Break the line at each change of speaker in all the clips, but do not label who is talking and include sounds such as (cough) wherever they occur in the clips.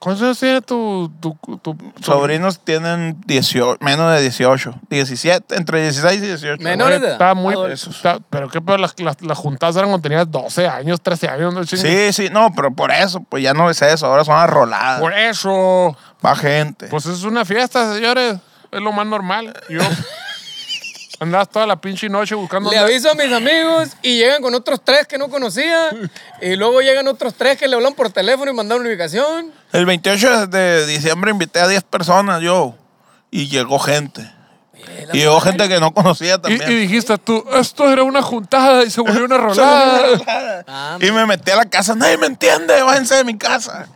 ¿Cuántos años tiene tu, tu, tu,
Sobrinos tienen 18, menos de 18, 17, entre 16 y 18.
Menos. menores de edad?
Está muy.
Adolescentes.
está- pero qué pedo, las, las, las juntas eran cuando tenías 12 años, 13 años, ¿no? chingas?
Sí, sí, no, pero por eso, pues ya no es eso, ahora son las roladas.
Por eso.
Va gente.
Pues es una fiesta, señores. Es lo más normal. Yo. (laughs) Andabas toda la pinche noche buscando.
Le aviso a mis amigos y llegan con otros tres que no conocía. Y luego llegan otros tres que le hablan por teléfono y mandaron
(laughs)
la ubicación.
El 28 de diciembre invité a 10 personas yo y llegó gente. Y llegó gente que no conocía
y,
también.
y dijiste tú, esto era una juntada y (laughs) se volvió una
(laughs)
rolada.
Ah,
Y me metí a la casa, nadie me entiende, váyanse de mi casa.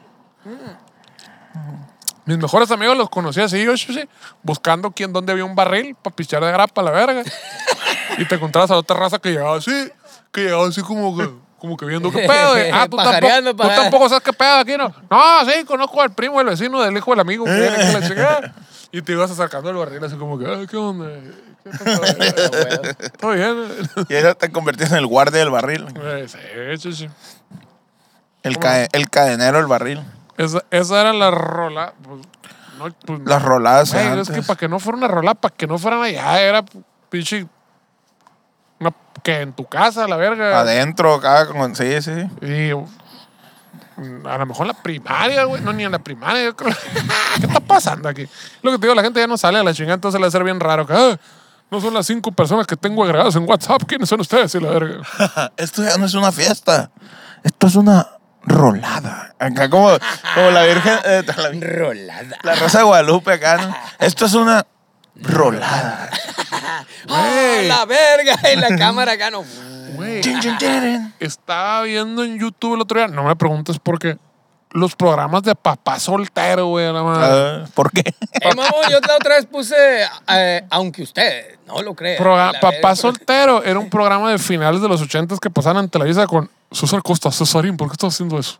Mis mejores amigos los conocí así, yo sí, sí, buscando quién dónde había un barril para pichar de grapa a la verga. y te encontrabas a otra raza que llegaba así, que llegaba así como que, como que viendo qué pedo. eh. Ah, tú tampoco,
Pajareando,
tú
pajareando.
tampoco sabes qué pedo aquí, ¿no? No, sí, conozco al primo, el vecino, del hijo del amigo. que viene aquí a la chingada. y te ibas acercando el barril así como que, "Ay, ¿qué onda? eh, ¿Qué pasó? ¿Todo bien?
Y ahí te convertiste en el guardia del barril,
(laughs) Eh, sí, sí, sí.
el, ca- el cadenero del barril.
Esa, esa era la rola. pues, no, pues,
Las roladas.
Güey,
antes.
es que para que no fuera una rola, para que no fueran allá, era pinche. una- que en tu casa, la verga.
Adentro, acá, con- sí, sí. (laughs)
Y. mm, A lo mejor en la primaria, güey. No, ni en la primaria, yo creo. (laughs) ¿Qué está pasando aquí? Lo que te digo, la gente ya no sale a la chingada, entonces le va a ser bien raro. que, "Ah, no son las cinco personas que tengo agregadas en WhatsApp. ¿Quiénes son ustedes? Y la verga.
Esto ya no es una fiesta, esto es una rolada. Acá como, como la Virgen, eh, la Virgen-
Rolada.
la Rosa de Guadalupe
(laughs)
acá. ¿no? Esto es una rolada.
¡Ah, la verga!
(laughs)
Y la cámara acá no.
Güey.
Chin, chin, chin.
Estaba viendo en YouTube el otro día. No me preguntes por qué. Los programas de papá soltero, güey, a la madre.
Ah, ¿Por qué? (laughs)
Eh, mamón, yo la otra vez puse, eh, aunque usted no lo crea.
Proga-
Eh, la
Papá
verga. (laughs)
Soltero era un programa de finales de los 80 que pasaban en Televisa con César Costa. Cesarín, ¿por qué estás haciendo eso?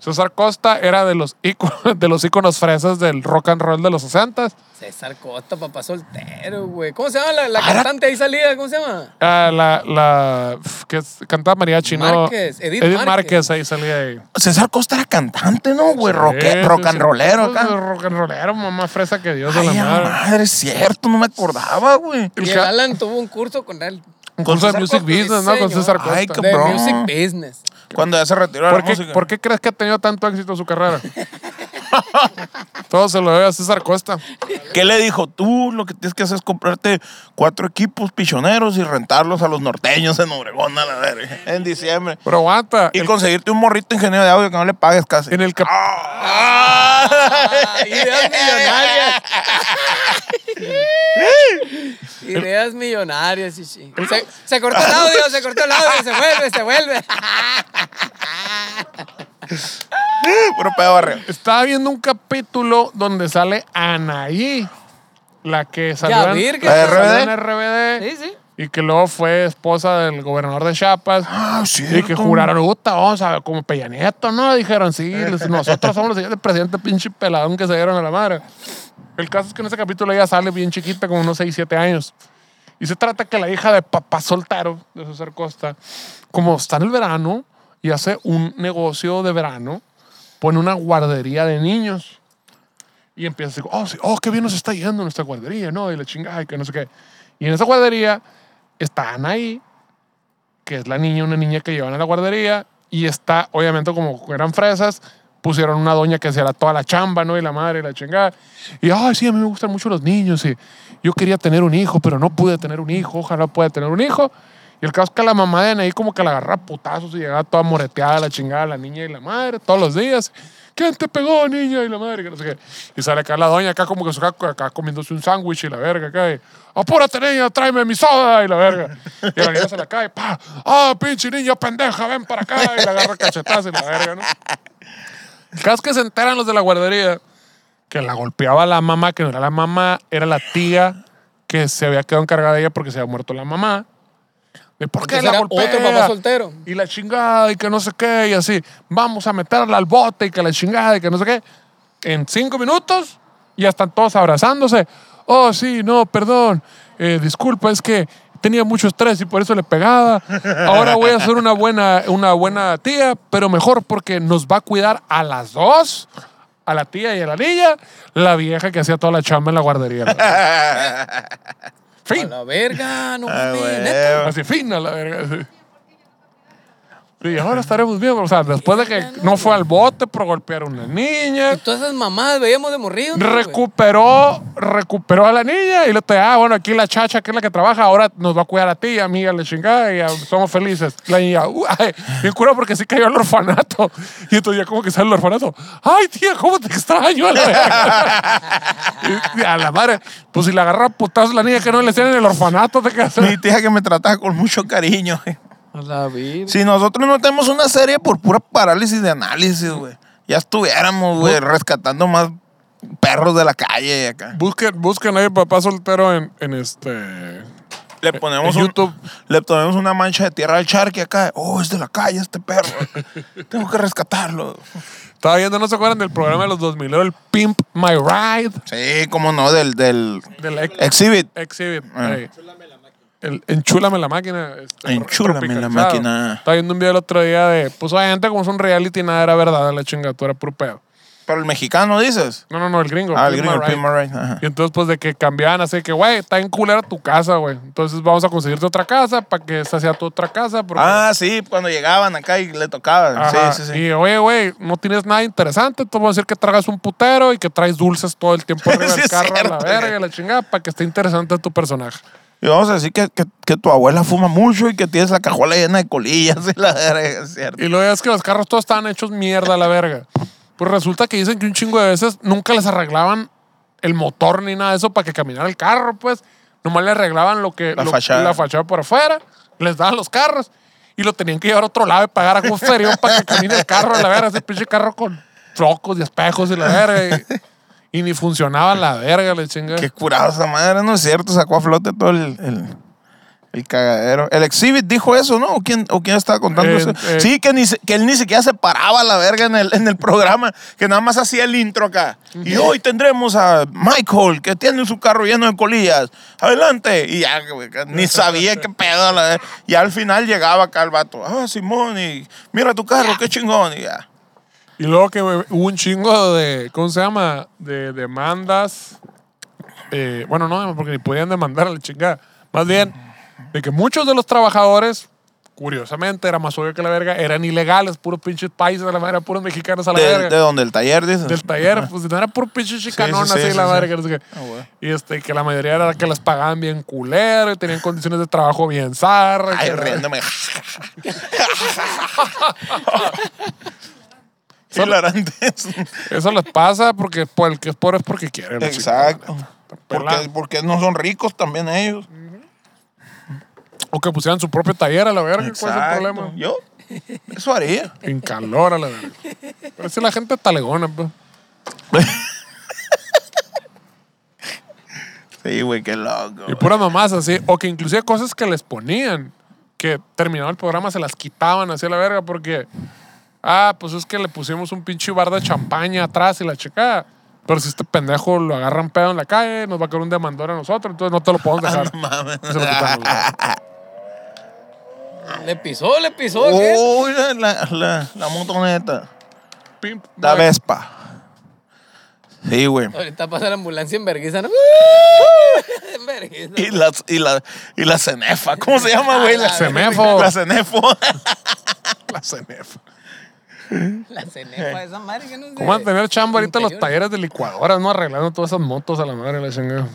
César Costa era de los íconos, (laughs) de los íconos fresas del rock and roll de los 60
César Costa, papá soltero, güey. ¿Cómo se llama la, la
Ahora-
cantante ahí salida? ¿Cómo se llama?
Ah, la, la f- que es- cantaba mariachi, ¿no?
Márquez, Edith
Márquez.
Márquez,
ahí salía ahí.
César Costa era cantante, ¿no, güey? Roque-
Sí,
rock
sí, sí.
and rollero
Sí,
acá.
Rock and rollero, mamá fresa que Dios de
Ay,
la
a
madre.
madre, es cierto, no me acordaba, güey.
El
Y el
ca-
Alan tuvo un curso con él.
Un curso de
César
music
Costa,
business, ¿no? Con
diseño.
César Costa.
Ay,
De
Bro.
Music Business.
Cuando ya se retiró de
¿Por
la
qué,
música.
por qué crees que ha tenido tanto éxito su carrera? (laughs) Todo se lo debe a César Costa.
¿Qué le dijo? Tú lo que tienes que hacer es comprarte cuatro equipos pichoneros y rentarlos a los norteños en Obregón, a la verga, en diciembre.
Pero aguanta.
Y
el-
conseguirte un morrito ingeniero de audio que no le pagues casi.
en el cap- (laughs)
Ah, ideas millonarias. ideas millonarias, sí, sí. Se, se cortó el audio, se cortó el audio, se vuelve, se vuelve.
Puro pedo barrio.
estaba viendo un capítulo donde sale Anaí, la que
Ya,
salió, en,
virgen.
la que salió
¿RBD?
en RBD.
Sí, sí.
Y que luego fue esposa del gobernador de Chiapas.
Ah,
Y que juraron, puta, vamos a ver, como Peña Nieto, ¿no? Dijeron, sí, les- nosotros somos los señores del presidente pinche peladón que se dieron a la madre. El caso es que en ese capítulo ella sale bien chiquita, como unos 6, 7 años. Y se trata que la hija de papá soltero, de César Costa, como está en el verano y hace un negocio de verano, pone una guardería de niños. Y empieza a decir, oh, sí, oh, qué bien nos está yendo nuestra guardería, ¿no? Y la chingada, y que no sé qué. Y en esa guardería está Anaí, que es la niña, una niña que llevan a la guardería, y está, obviamente, como eran fresas, pusieron una doña que hacía la- toda la chamba, ¿no? Y la madre y la chingada. Y, ay, sí, a mí me gustan mucho los niños, y yo quería tener un hijo, pero no pude tener un hijo, ojalá pueda tener un hijo. Y el caso es que la mamá de Anaí como que la agarra a putazos y llegaba toda moreteada, la chingada, la niña y la madre, todos los días. ¿Quién te pegó, niña? Y la madre, que no sé qué. Y sale acá la doña, acá como que se acá, acá comiéndose un sándwich y la verga, acá. y, Apúrate, niña, tráeme mi soda y la verga. Y la niña se la cae, pa, ah, pinche niña pendeja, ven para acá. Y la agarra cachetazo y la verga, ¿no? El caso es que se enteran los de la guardería que la golpeaba la mamá, que no era la mamá, era la tía que se había quedado encargada de ella porque se había muerto la mamá. ¿De por qué
Entonces
la
era
golpea?
otro papá soltero.
Y la chingada y que no sé qué, y así, vamos a meterla al bote y que la chingada y que no sé qué. En cinco minutos ya están todos abrazándose. Oh, sí, no, perdón, eh, disculpa, es que tenía mucho estrés y por eso le pegaba. Ahora voy a ser una buena, una buena tía, pero mejor porque nos va a cuidar a las dos. A la tía y a la niña, la vieja que hacía toda la chamba en la
(laughs)
guardería. la verdad.
A
fin.
la verga, no
Ah,
mames,
güey.
neta.
Así fina la verga. sí. Sí, ahora estaremos bien. O sea, después de que no fue al bote por golpear a una niña,
Y todas esas mamadas veíamos de morrido. ¿no, güey?
recuperó, recuperó a la niña y le te, ah, bueno, aquí la chacha, que es la que trabaja, ahora nos va a cuidar a ti, amiga, la chingada, y ah, somos felices. La niña, "Uh, ay, bien cura porque sí cayó al orfanato. Y entonces ya como que sale el orfanato, ay, tía, cómo te extraño a la verga". (laughs) Y a la madre, pues si la agarra a putazos la niña que no le tienen en el orfanato, te quedas.
Mi tía que me trataba con mucho cariño, güey.
A la verga.
Si nosotros no tenemos una serie por pura parálisis de análisis, güey. Ya estuviéramos, güey, rescatando más perros de la calle acá.
Busquen, busquen ahí papá soltero en, en este.
Le ponemos,
en
un-
YouTube.
le ponemos una mancha de tierra al charque acá. Oh, es de la calle este perro.
(laughs)
Tengo que rescatarlo.
Estaba viendo, no se acuerdan del programa de los 2000, el Pimp My Ride
Sí, cómo no, del, del
del ex-
exhibit.
Exhibit.
Ah.
ahí. El, enchúlame la máquina. este,
Enchúlame la
tropicalizado.
máquina.
Estaba viendo un video el otro día de. Pues obviamente, como es un reality, nada era verdad, la chingatura, puro pedo.
Pero el mexicano, dices.
No, no, no, el gringo.
Ah, el
Pimp My
gringo, el
Ride.
Pimp My Ride, ajá.
Y entonces, pues de que cambiaban, así que, güey, está en culera tu casa, güey. Entonces, vamos a conseguirte otra casa para que esa sea tu otra casa. Porque
Ah, sí, cuando llegaban acá y le tocaban.
Ajá,
Sí, sí, sí.
Y oye, güey, no tienes nada interesante. Te voy a decir que tragas un putero y que traes dulces todo el tiempo
(laughs)
arriba
Sí,
del
es
carro, a la
cierto,
verga,
güey.
y a la chingada, para que esté interesante tu personaje.
Y vamos a decir que, que, que tu abuela fuma mucho y que tienes la cajuela llena de colillas y la verga, es cierto.
Y luego es que los carros todos estaban hechos mierda, a la verga. Pues resulta que dicen que un chingo de veces nunca les arreglaban el motor ni nada de eso para que caminara el carro, pues. Nomás le arreglaban lo que.
La
lo-
fachada.
La fachada por afuera, les daban los carros y lo tenían que llevar a otro lado y pagar a un
(laughs)
ferión para que camine el carro, a la verga. Ese pinche carro con flocos y espejos y la verga. Y, y ni funcionaba la verga, le chinga.
Qué curado esa madre, no es cierto, sacó a flote todo el, el, el cagadero. El exhibit dijo eso, ¿no? ¿O quién, o quién estaba contando
Eh,
eso?
eh.
sí, que, ni, se- que él ni siquiera se paraba a la verga en el, en el programa, que nada más hacía el intro acá. Y hoy tendremos a Michael, que tiene su carro lleno de colillas. Adelante. Y ya, güey, que ni sabía qué pedo. a La verga. Y al final llegaba acá el vato. Ah, Simón, y mira tu carro, qué chingón. Y ya.
Y luego que hubo un chingo de, ¿cómo se llama? De demandas. Eh, bueno, no, porque ni podían demandar a la chingada. Más bien, de que muchos de los trabajadores Curiosamente, era más obvio que la verga. Eran ilegales, puros pinches países a la verga, puros mexicanos a la
De,
verga.
de donde el taller, dice.
del taller, pues no era puro pinche chicanón
sí, sí,
así
sí,
la
sí.
verga, no sé qué.
Ah, güey.
Y este, que la mayoría era que las pagaban bien culero, y tenían condiciones de trabajo bien zarra.
Ay,
que- (laughs)
riéndome. Hilarantes.
Eso les pasa porque por el que es pobre es porque quiere. la
Exacto.
pelada.
Porque, porque no son ricos también ellos.
Mm, chingada. O que pusieran su propio taller a la verga, ¿cuál es el problema?
Yo, eso haría.
En calor a la verga. Pero si la gente es talegona, pues.
Sí, güey, qué loco.
Y puras mamás así. O que inclusive cosas que les ponían, que terminaba el programa, se las quitaban así a la verga porque. Ah, pues es que le pusimos un pinche bar de champaña atrás y la chica. Pero si este pendejo lo agarran pedo en la calle, nos va a caer un demandor a nosotros, entonces no te lo podemos dejar.
Ah, No mames.
Y se lo quitaron,
(laughs)
la-
Le pisó, le pisó. ¿qué?
Uy, la, la, la, la motoneta.
Pim,
La
vale.
Vespa. Sí, güey.
Ahorita pasa la ambulancia en vergüenza,
(laughs)
¿no? En vergüenza.
Y la, y, la, y la cenefa. ¿Cómo se llama, güey? La
Ah, Cenefo.
La cenefo. la cenefa.
La cenefa esa madre que no sé.
¿Cómo van a tener chamba ahorita los
Interior.
talleres de licuadoras, no? Arreglando todas esas motos a la madre la chingada.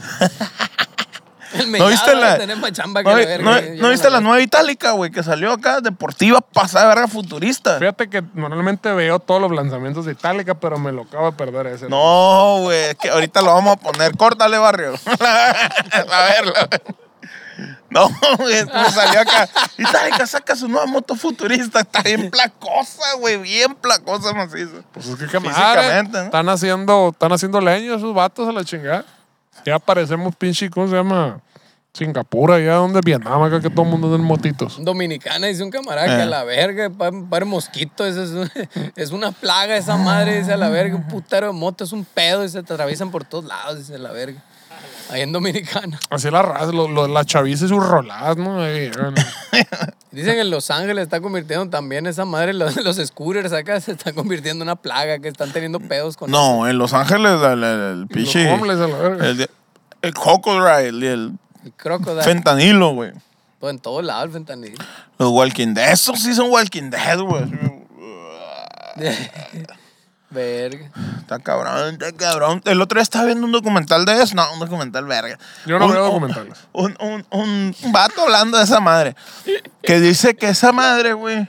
El
¿No
mellado
viste
va a
la,
tener más chamba que
no,
la
vi-
verga,
no-
yo
no
la
viste la
verdad.
nueva itálica, güey? Que salió acá, deportiva, pasada, de verga, futurista.
Fíjate que normalmente veo todos los lanzamientos de Itálica, pero me lo acabo de perder ese.
No, güey, es que ahorita lo vamos a poner. Córtale, barrio. (laughs) a verlo. No, güey, me salió acá. Y Itálica saca su nueva moto futurista. Está bien placosa, güey, bien placosa macizo.
Pues es que qué madre.
Físicamente, ¿no?
Están haciendo, están haciendo leño esos vatos a la chingada. Ya parecemos pinche, ¿cómo se llama? Singapur, allá donde es Vietnam, acá que todo el mundo anda en motitos.
Dominicana dice un camarada
Eh.
que a la verga, para mosquito, eso es, un- (laughs) es una plaga esa madre, dice a la verga, un putero de moto, es un pedo, y se te atraviesan por todos lados, dice a la verga. Ahí en Dominicana.
Así la raza, lo, lo- la chaviza y sus roladas, ¿no? Ahí eh, llegan.
Dicen que en Los Ángeles está convirtiendo también esa madre, los, los scooters acá se están convirtiendo en una plaga, que están teniendo pedos con
No, en Los Ángeles, el, el, el pinche-
homeless a la verga.
El, el Coco Ride, el, el
el crocodile.
fentanilo, güey.
Pues en todos lados el fentanil. (laughs)
Los Walking Dead. Esos sí son Walking Dead, güey.
verga.
Está cabrón, está cabrón. El otro día estaba viendo un documental de eso. No, un documental verga.
Yo no
Un-
veo
un-
documentales.
Un, un, un, vato hablando de esa madre. Que dice que esa madre, güey,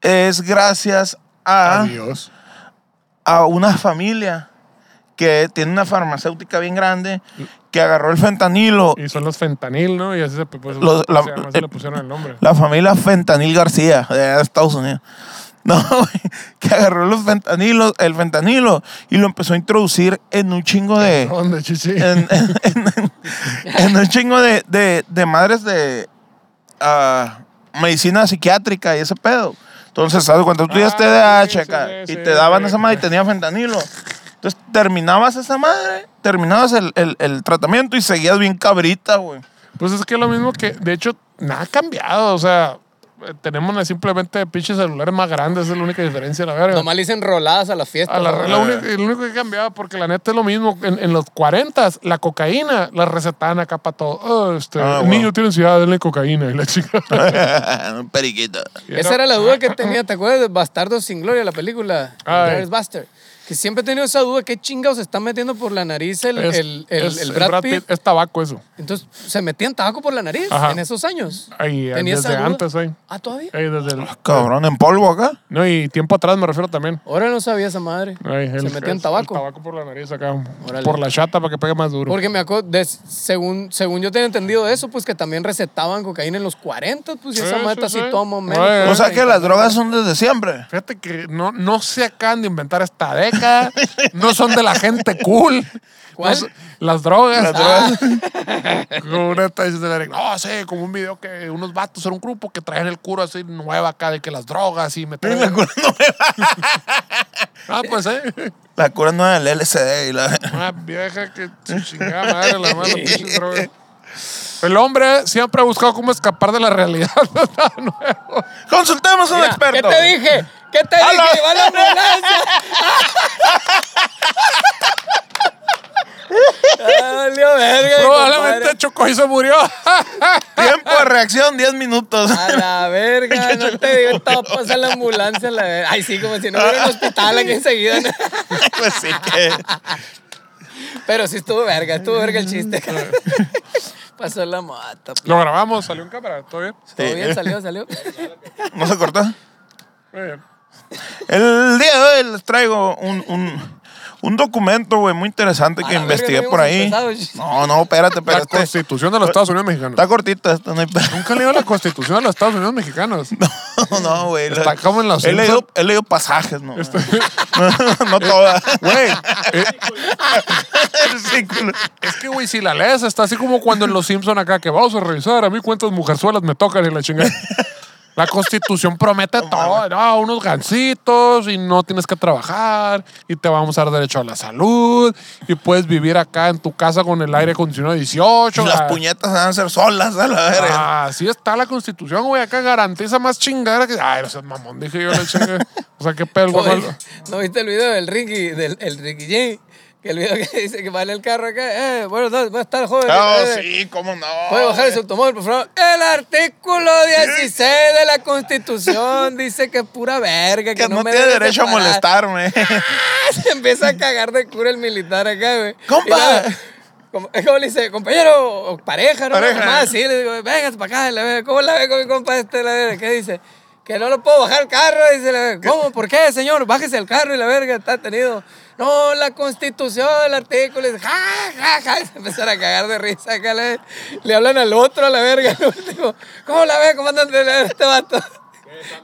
es gracias a,
Adiós.
a una familia que tiene una farmacéutica bien grande
Mm.
que agarró el fentanilo.
Y son los fentanil, ¿no? Y así se, pues,
Los- la-
se llama, así le pusieron el nombre.
La familia Fentanil García de Estados Unidos. (laughs) No, güey, que agarró los fentanilos, el fentanilo y lo empezó a introducir en un
(laughs)
chingo de.
¿Dónde, chichi?
en, en- en- en un chingo de, de- de madres de ah, medicina psiquiátrica y ese pedo. Entonces, ¿sabes? Cuando tú ya
Ah,
TDAH
sí, sí,
acá
sí,
y
sí,
te daban
sí.
esa madre y tenías fentanilo. Entonces, terminabas esa madre, terminabas el, el- el tratamiento y seguías bien cabrita, güey. (laughs)
Pues es que lo mismo que, de hecho, nada ha cambiado. O sea, eh, tenemos la- simplemente pinches celulares más grandes, esa es la única diferencia, la verga.
Nomás le dicen roladas a las fiestas.
A la,
¿no?
la única- el único que cambiaba, porque la neta es lo mismo, en, en los 40 la cocaína la recetaban acá para todo. "Ah, este,
Ah,
el
bueno.
niño tiene ansiedad, denle cocaína. Y la
(laughs)
chica.
Un periquito.
Esa era la duda que tenía, ¿te acuerdas de Bastardo sin Gloria, la película?
Ay.
Glorious Bastard. Que siempre he tenido esa duda, ¿qué chingados se está metiendo por la nariz el,
Es-
el, el-
es-
el Brad, Pitt?
Es tabaco eso.
Entonces, se metían tabaco por la nariz
Ajá.
en esos años.
Ay, ay,
Tenía esa
desde
duda.
antes, ay.
Ah, ¿todavía?
Ay, desde el-
Cabrón, en polvo acá.
no, y tiempo atrás me refiero también.
Ahora no sabía esa madre.
Ay,
se
el-
metían
el-
tabaco.
el tabaco por la nariz acá.
Órale.
Por la chata para que pegue más duro.
Porque me acuerdo, de- según, según yo tenía entendido eso, pues que también recetaban cocaína en los 40, pues y
Sí,
esa
sí,
madre está así
sí.
todo momento.
Ay, ay,
O sea que las drogas son desde siempre.
Fíjate que no, no se acaban de inventar esta década. no son de la gente cool.
¿Cuál?
No son- las drogas.
Ah.
Ah, (laughs)
Las drogas. (laughs)
Como una está diciendo, Eric, no, sí, como un video que unos vatos, era un grupo que traían el curo así nueva acá de que las drogas y meter.
La cura nueva.
Ah, pues, eh.
La cura nueva del LCD y la. (laughs)
Una vieja que su chingada madre, la mano, pinches drogas. El hombre siempre ha buscado cómo escapar de la realidad. (laughs)
Consultemos a un
Mira, ¿Qué
experto.
te dije? ¿Qué te
A la-
dije? ¡Va la
(laughs)
ambulancia! Ah, valió verga. mi
Probablemente
compadre.
chocó y se murió. (laughs)
Tiempo de reacción, 10 minutos.
A la verga, no te digo, todo pasa la ambulancia, a la verga. Ay, sí, como si no hubiera un hospital aquí enseguida. ¿no?
(laughs) pues sí que.
Pero sí estuvo verga, estuvo verga el
(laughs)
chiste. Pasó la mata.
Lo grabamos, salió en cámara, ¿todo bien?
Todo bien, salió, salió.
¿No se cortó?
Muy bien.
El día de hoy les traigo un, un, un documento, güey, muy interesante
A
que
la
investigué
verga,
por
no
ahí.
hemos empezado.
No, no, espérate,
La
espérate.
Constitución de los Estados Unidos Mexicanos.
Está cortito esto, no hay pedo. (laughs)
Nunca he leído la Constitución de los Estados Unidos Mexicanos.
No, no, güey. lo-
Está como en los
he leído,
Simpson.
he leído pasajes, ¿no? (laughs) no, no todas.
(laughs)
(laughs)
Güey, eh,
Versículo.
es que, güey, si la lees, está así como cuando en Los Simpson acá, que vamos a revisar, a mí cuántas mujerzuelas me tocan y la chingada. La Constitución promete todo, no, unos gancitos y no tienes que trabajar y te vamos a dar derecho a la salud y puedes vivir acá en tu casa con el aire acondicionado 18.
Las
la-
puñetas van a ser solas, a la verga.
Ah, así está la constitución, güey. Acá garantiza más chingada que. Ay, no seas mamón, dije yo, la chinga. O sea, qué pedo,
¿No,
güey.
viste- no viste el video del Ricky, del el Ricky J? Que el video que (laughs) dice que vale el carro acá. Eh, buenas tardes, buenas tardes, joven.
No,
Eh,
Ah, sí, cómo no.
¿Puede bajar
güey.
ese automóvil, por favor? El artículo 16 de la Constitución dice que es pura verga, que,
Que no,
me
tiene
debe
derecho a
separar.
molestarme. (laughs)
(laughs) Se empieza a cagar de cura el militar acá, güey.
¡Compa!
Y la- como- Es como le dice, compañero, o pareja, ¿no?
Pareja.
Más, sí, le digo, véngase para acá, la verga. ¿cómo la ve con mi compa este? La verga? ¿Qué dice? Que no lo puedo bajar el carro, dice la verga. ¿Cómo? ¿Por qué, señor? Bájese el carro y la verga está tenido. No, la constitución, el artículo, y dice, ja, ja, ja, y se empezaron a cagar de risa acá, la verga. Le hablan al otro, a la verga, el último. ¿Cómo la ve, comandante, la verga, este vato?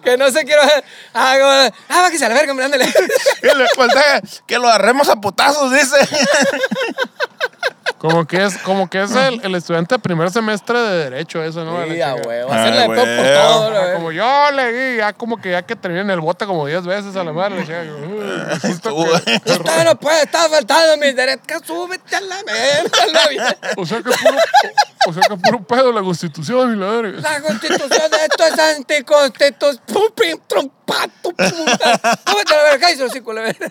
Que no se quiero bajar. Ah, como- ah, bájese a la verga,
(laughs)
hombre, ándale.
Y le falta que lo agarremos a putazos, dice.
Como que es, como que es el, el estudiante de primer semestre de Derecho, eso, ¿no? La
Sí,
chingada.
a huevo. eh.
Ah,
Hacerle de pedo por
huevo.
todo, la
Ah,
verga.
Como yo leí, ya como que ya que terminé en el bote como 10 veces a la madre. la chingada, yo, "Uy, resulta
Tú,
que-
güey.
Usted no puede estar faltando mis derechos. Súbete a la verga, la vida.
O sea que puro, o sea que puro pedo la constitución y la verga.
La constitución de esto es anticonstitución. Pum, pim, trompato, puta. Súbete a la verga. Cállese los cinco, la verga.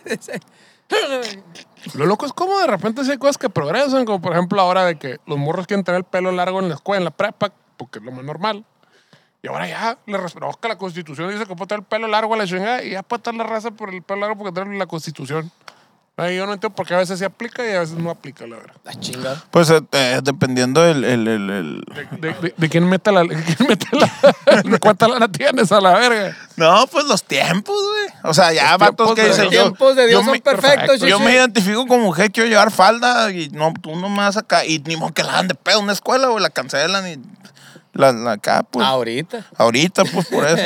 Lo loco es como de repente sí hay cosas que progresan, como por ejemplo ahora de que los morros quieren tener el pelo largo en la escuela, en la prepa, porque es lo más normal. Y ahora ya le respetamos que la constitución dice que puede tener el pelo largo a la chingada y ya puede estar la raza por el pelo largo porque tiene la constitución. Ay, yo no entiendo por qué a veces se aplica y a veces no aplica, la verdad.
La chinga.
Pues eh, eh, dependiendo del. El, el- el-
¿De, de- de- de quién mete la... (laughs) de quién mete la- de cuánta lana tienes a la verga?
No, pues los tiempos, güey. O sea, ya
Los tiempos
vatos que
de
dicen.
Los
Dios.
yo-
tiempos de Dios
yo
son
me-
perfectos,
Yo
chichi.
me identifico como mujer, quiero llevar falda y no, tú no me vas acá. Y ni modo que la dan de pedo en una escuela, güey, la cancelan y la, la acá, pues.
Ah, Ahorita.
Ahorita, pues por
(laughs)
eso.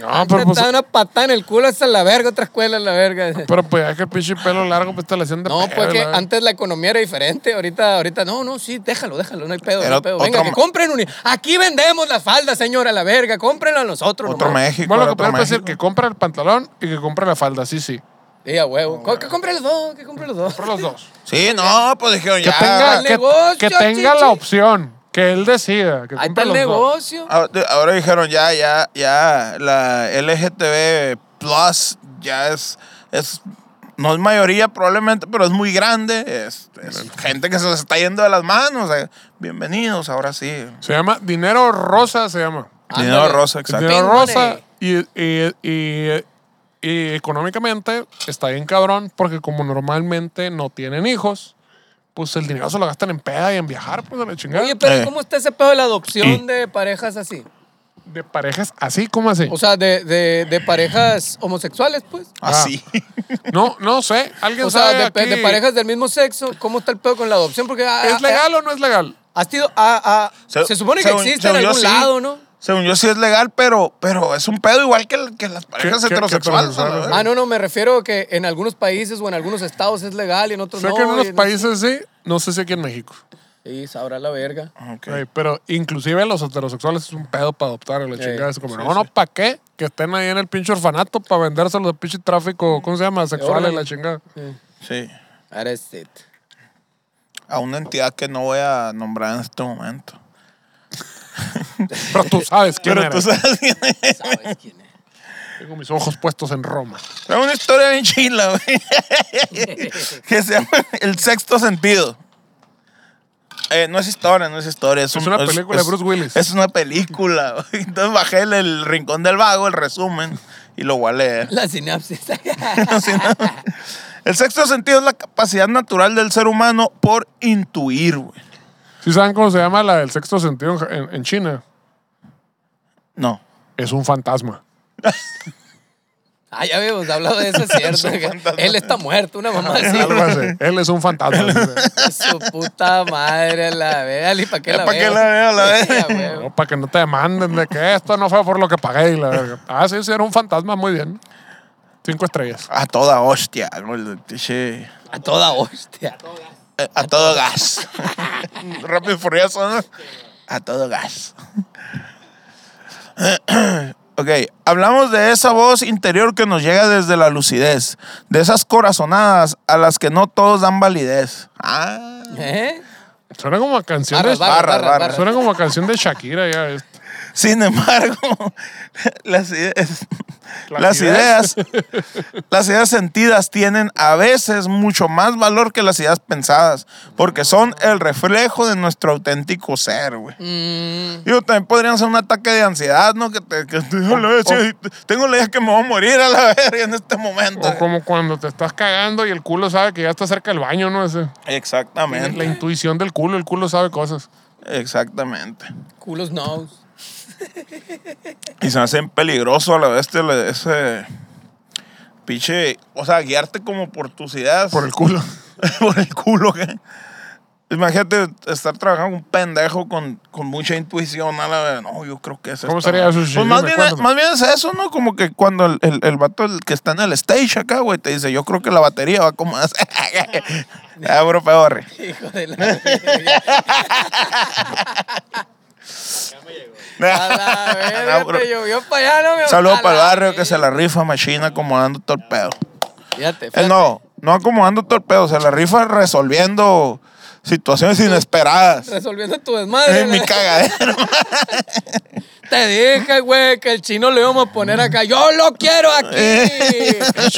No,
Te
pero pues...
da una patada en el culo hasta la verga, otra escuela en la verga.
Pero pues es que el pinche pelo largo pues te la hacían de
No,
pedo,
pues que
la verga.
antes la economía era diferente. Ahorita, ahorita, no, no, sí, déjalo, déjalo, no hay pedo, no
Era
hay pedo.
otro
Venga, que
ma-
compren un. Aquí vendemos las faldas, señora, la verga. Cómprenlo a nosotros,
Otro
nomás.
México.
Bueno,
era
lo que
otro
puedes decir
México.
que compra el pantalón y que compra la falda, sí, sí.
Sí, a huevo. Co- que compre los dos, que compre los dos.
Por los dos.
Sí, no, pues dijeron
Que
ya.
tenga,
el
que,
negocio,
que tenga
chichi.
la opción, que él decida. Que
Ahí está
compre
el
los dos. Ah,
negocio.
Ahora, Ah, ahora dijeron ya, ya, ya, la LGTB Plus ya es, es, no es mayoría probablemente, pero es muy grande. Es, es gente que se les está yendo de las manos. eh. Bienvenidos, ahora sí.
Se llama Dinero Rosa, se llama.
Ándale.
Dinero rosa, exacto.
Dinero
Pink
Rosa.
Money.
Y, y- y- y económicamente está bien cabrón porque como normalmente no tienen hijos, pues el dinero se lo gastan en peda y en viajar, pues de la chingada.
Oye, pero
Eh.
¿cómo está ese pedo de la adopción
Y-
de parejas así?
de parejas así como así.
O sea, de, de, de parejas homosexuales, pues.
Así.
no, no sé. Alguien
O sea,
Ah, sabe
de, pe- de
aquí,
parejas del mismo sexo, ¿cómo está el pedo con la adopción? Porque ah, ah,
¿Es legal o no es legal?
ah, has sido, ah, ah, se,
Se-
supone que
según-
existe en
según yo
algún
sí.
lado, ¿no?
Según yo sí es legal, pero, pero es un pedo igual que, que las parejas
que- que
heterosexuales.
heterosexuales,
¿no?
Ah, no, no, me refiero que en algunos países o en algunos estados es legal y en otros
Sé
no.
que en unos
y no-
países sí, no sé si aquí en México.
Sí, sabrá la verga.
Ok.
Ey, pero inclusive los heterosexuales es un pedo para adoptar a la chingada. Es como, no, no, ¿para qué? Que estén ahí en el pinche orfanato para vendérselos de pinche tráfico, ¿cómo se llama? Sexual y
órale.
la chingada.
Sí.
That is it.
A una entidad que no voy a nombrar en este momento.
Pero tú sabes quién
Pero
era.
tú sabes quién es.
¿Sabes quién es?
Tengo mis ojos puestos en Roma.
(laughs) Es una historia bien (laughs) chila, güey. que se llama El Sexto Sentido. eh, no es historia, no es historia. Es,
Es
un-
una película de Bruce Willis.
Es una película. Entonces bajé el, el Rincón del Vago, el resumen, y lo gualé.
La sinapsis.
(laughs)
(laughs)
Así, ¿no? El sexto sentido es la capacidad natural del ser humano por intuir, güey.
¿Sí saben cómo se llama la del sexto sentido en Ja- en, en China?
No.
Es un fantasma.
ah, ya habíamos hablado de
(laughs)
eso, es cierto.
un
que
fantasma.
Él está muerto,
(laughs)
una mamá así.
Algo así. Él es un fantasma. dice.
(laughs) Su puta madre, la vea. ¿Y para qué
Ya
la
pa'
veo?
qué la veo, la
(laughs) Sí,
veo.
a huevo.
No, para que no te demanden de que esto no fue por lo que pagué. y la verga. Ah, sí, sí, era un fantasma. Muy bien. Cinco estrellas.
A toda hostia. ¿no? El pinche-
A toda
pues.
hostia.
eh, A todo gas. Rápido y furioso, ¿no? A todo gas. (clears throat) Ok, hablamos de esa voz interior que nos llega desde la lucidez, de esas corazonadas a las que no todos dan validez. Ah,
¿Eh?
Suena como a canción de...
Barras, barras,
barras,
barras,
barras.
barras.
Suena como a canción de Shakira ya. es-
Sin embargo, (laughs) las ideas, las
Las
ideas,
ideas.
las ideas sentidas tienen a veces mucho más valor que las ideas pensadas, porque son el reflejo de nuestro auténtico ser, güey.
Mm,
Digo, también podrían ser un ataque de ansiedad, ¿no? Que te, que te- a la vez, sí, tengo la idea que me voy a morir a la verga en este momento.
O como cuando te estás cagando y el culo sabe que ya está cerca del baño, ¿no? Ese- la
Exactamente,
intuición del culo, el culo sabe cosas.
exactamente.
culos no.
Y se hacen peligroso a la vez ese pinche, o sea, guiarte como por tus ideas.
Por el culo.
(laughs) por el culo, ¿qué? Imagínate estar trabajando con un pendejo con, con mucha intuición. A la vez. No, yo creo que es
¿Cómo
esta
sería
madre.
eso, Shirley?
Pues más
Me
bien,
cuéntame.
más bien es eso, ¿no? Como que cuando el, el, el vato el que está en el stage acá, güey, te dice, yo creo que la batería va como más. (laughs) ah, bro, peor.
(laughs) Hijo de la. verga. A la verga,
(laughs) Ah, bro.
te llovió para allá, no me
Saludos para el barrio que se la rifa machina acomodando todo el pedo.
Fíjate,
Eh,
fíjate.
no, no acomodando todo el pedo, se la rifa resolviendo situaciones inesperadas.
(laughs) Resolviendo tu desmadre.
Es Eh, mi
la-
cagadero.
Te dije, güey, que el chino lo íbamos a poner acá. Yo lo quiero
(laughs)
aquí.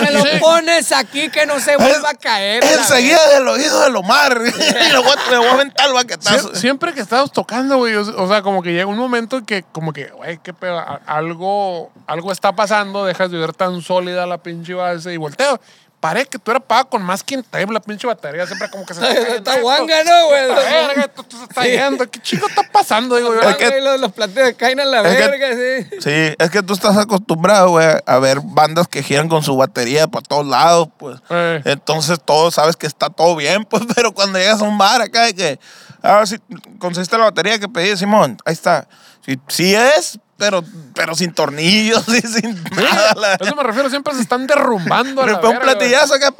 Me lo pones aquí que no se vuelva a caer. la
Enseguida del oído del Omar. (laughs) y lo voy a, le voy a aventar el
Sie-
baquetazo.
siempre que estamos tocando, güey, o o sea, como que llega un momento en que, como que, güey, qué pedo, a- algo, algo está pasando, dejas de ver tan sólida la pinche base y volteo. Paré que tú eras pago con más que en time, la pinche batería, siempre como que
(laughs)
se
Está-
yendo,
está
esto,
guanga, ¿no, pues, güey?
esta verga, esto- esto se está
Sí.
yendo, ¿qué chico está pasando?
(laughs)
Digo, yo,
verga.
Es que-
Güey, los, los platos de caen a la
es que-
verga, sí.
Sí, es que tú estás acostumbrado, güey, a ver bandas que giran con su batería por todos lados, pues.
Eh.
Entonces, todo, sabes que está todo bien, (laughs) pues, pero cuando llegas a un bar acá de que, a ver si conseguiste la batería que pedí, Simón, ahí está. Sí, sí es, pero, pero sin tornillos (laughs) y sin nada. la-
a eso me refiero, siempre se están derrumbando a
Le
la
pego un
verga, güey.
platillazo acá,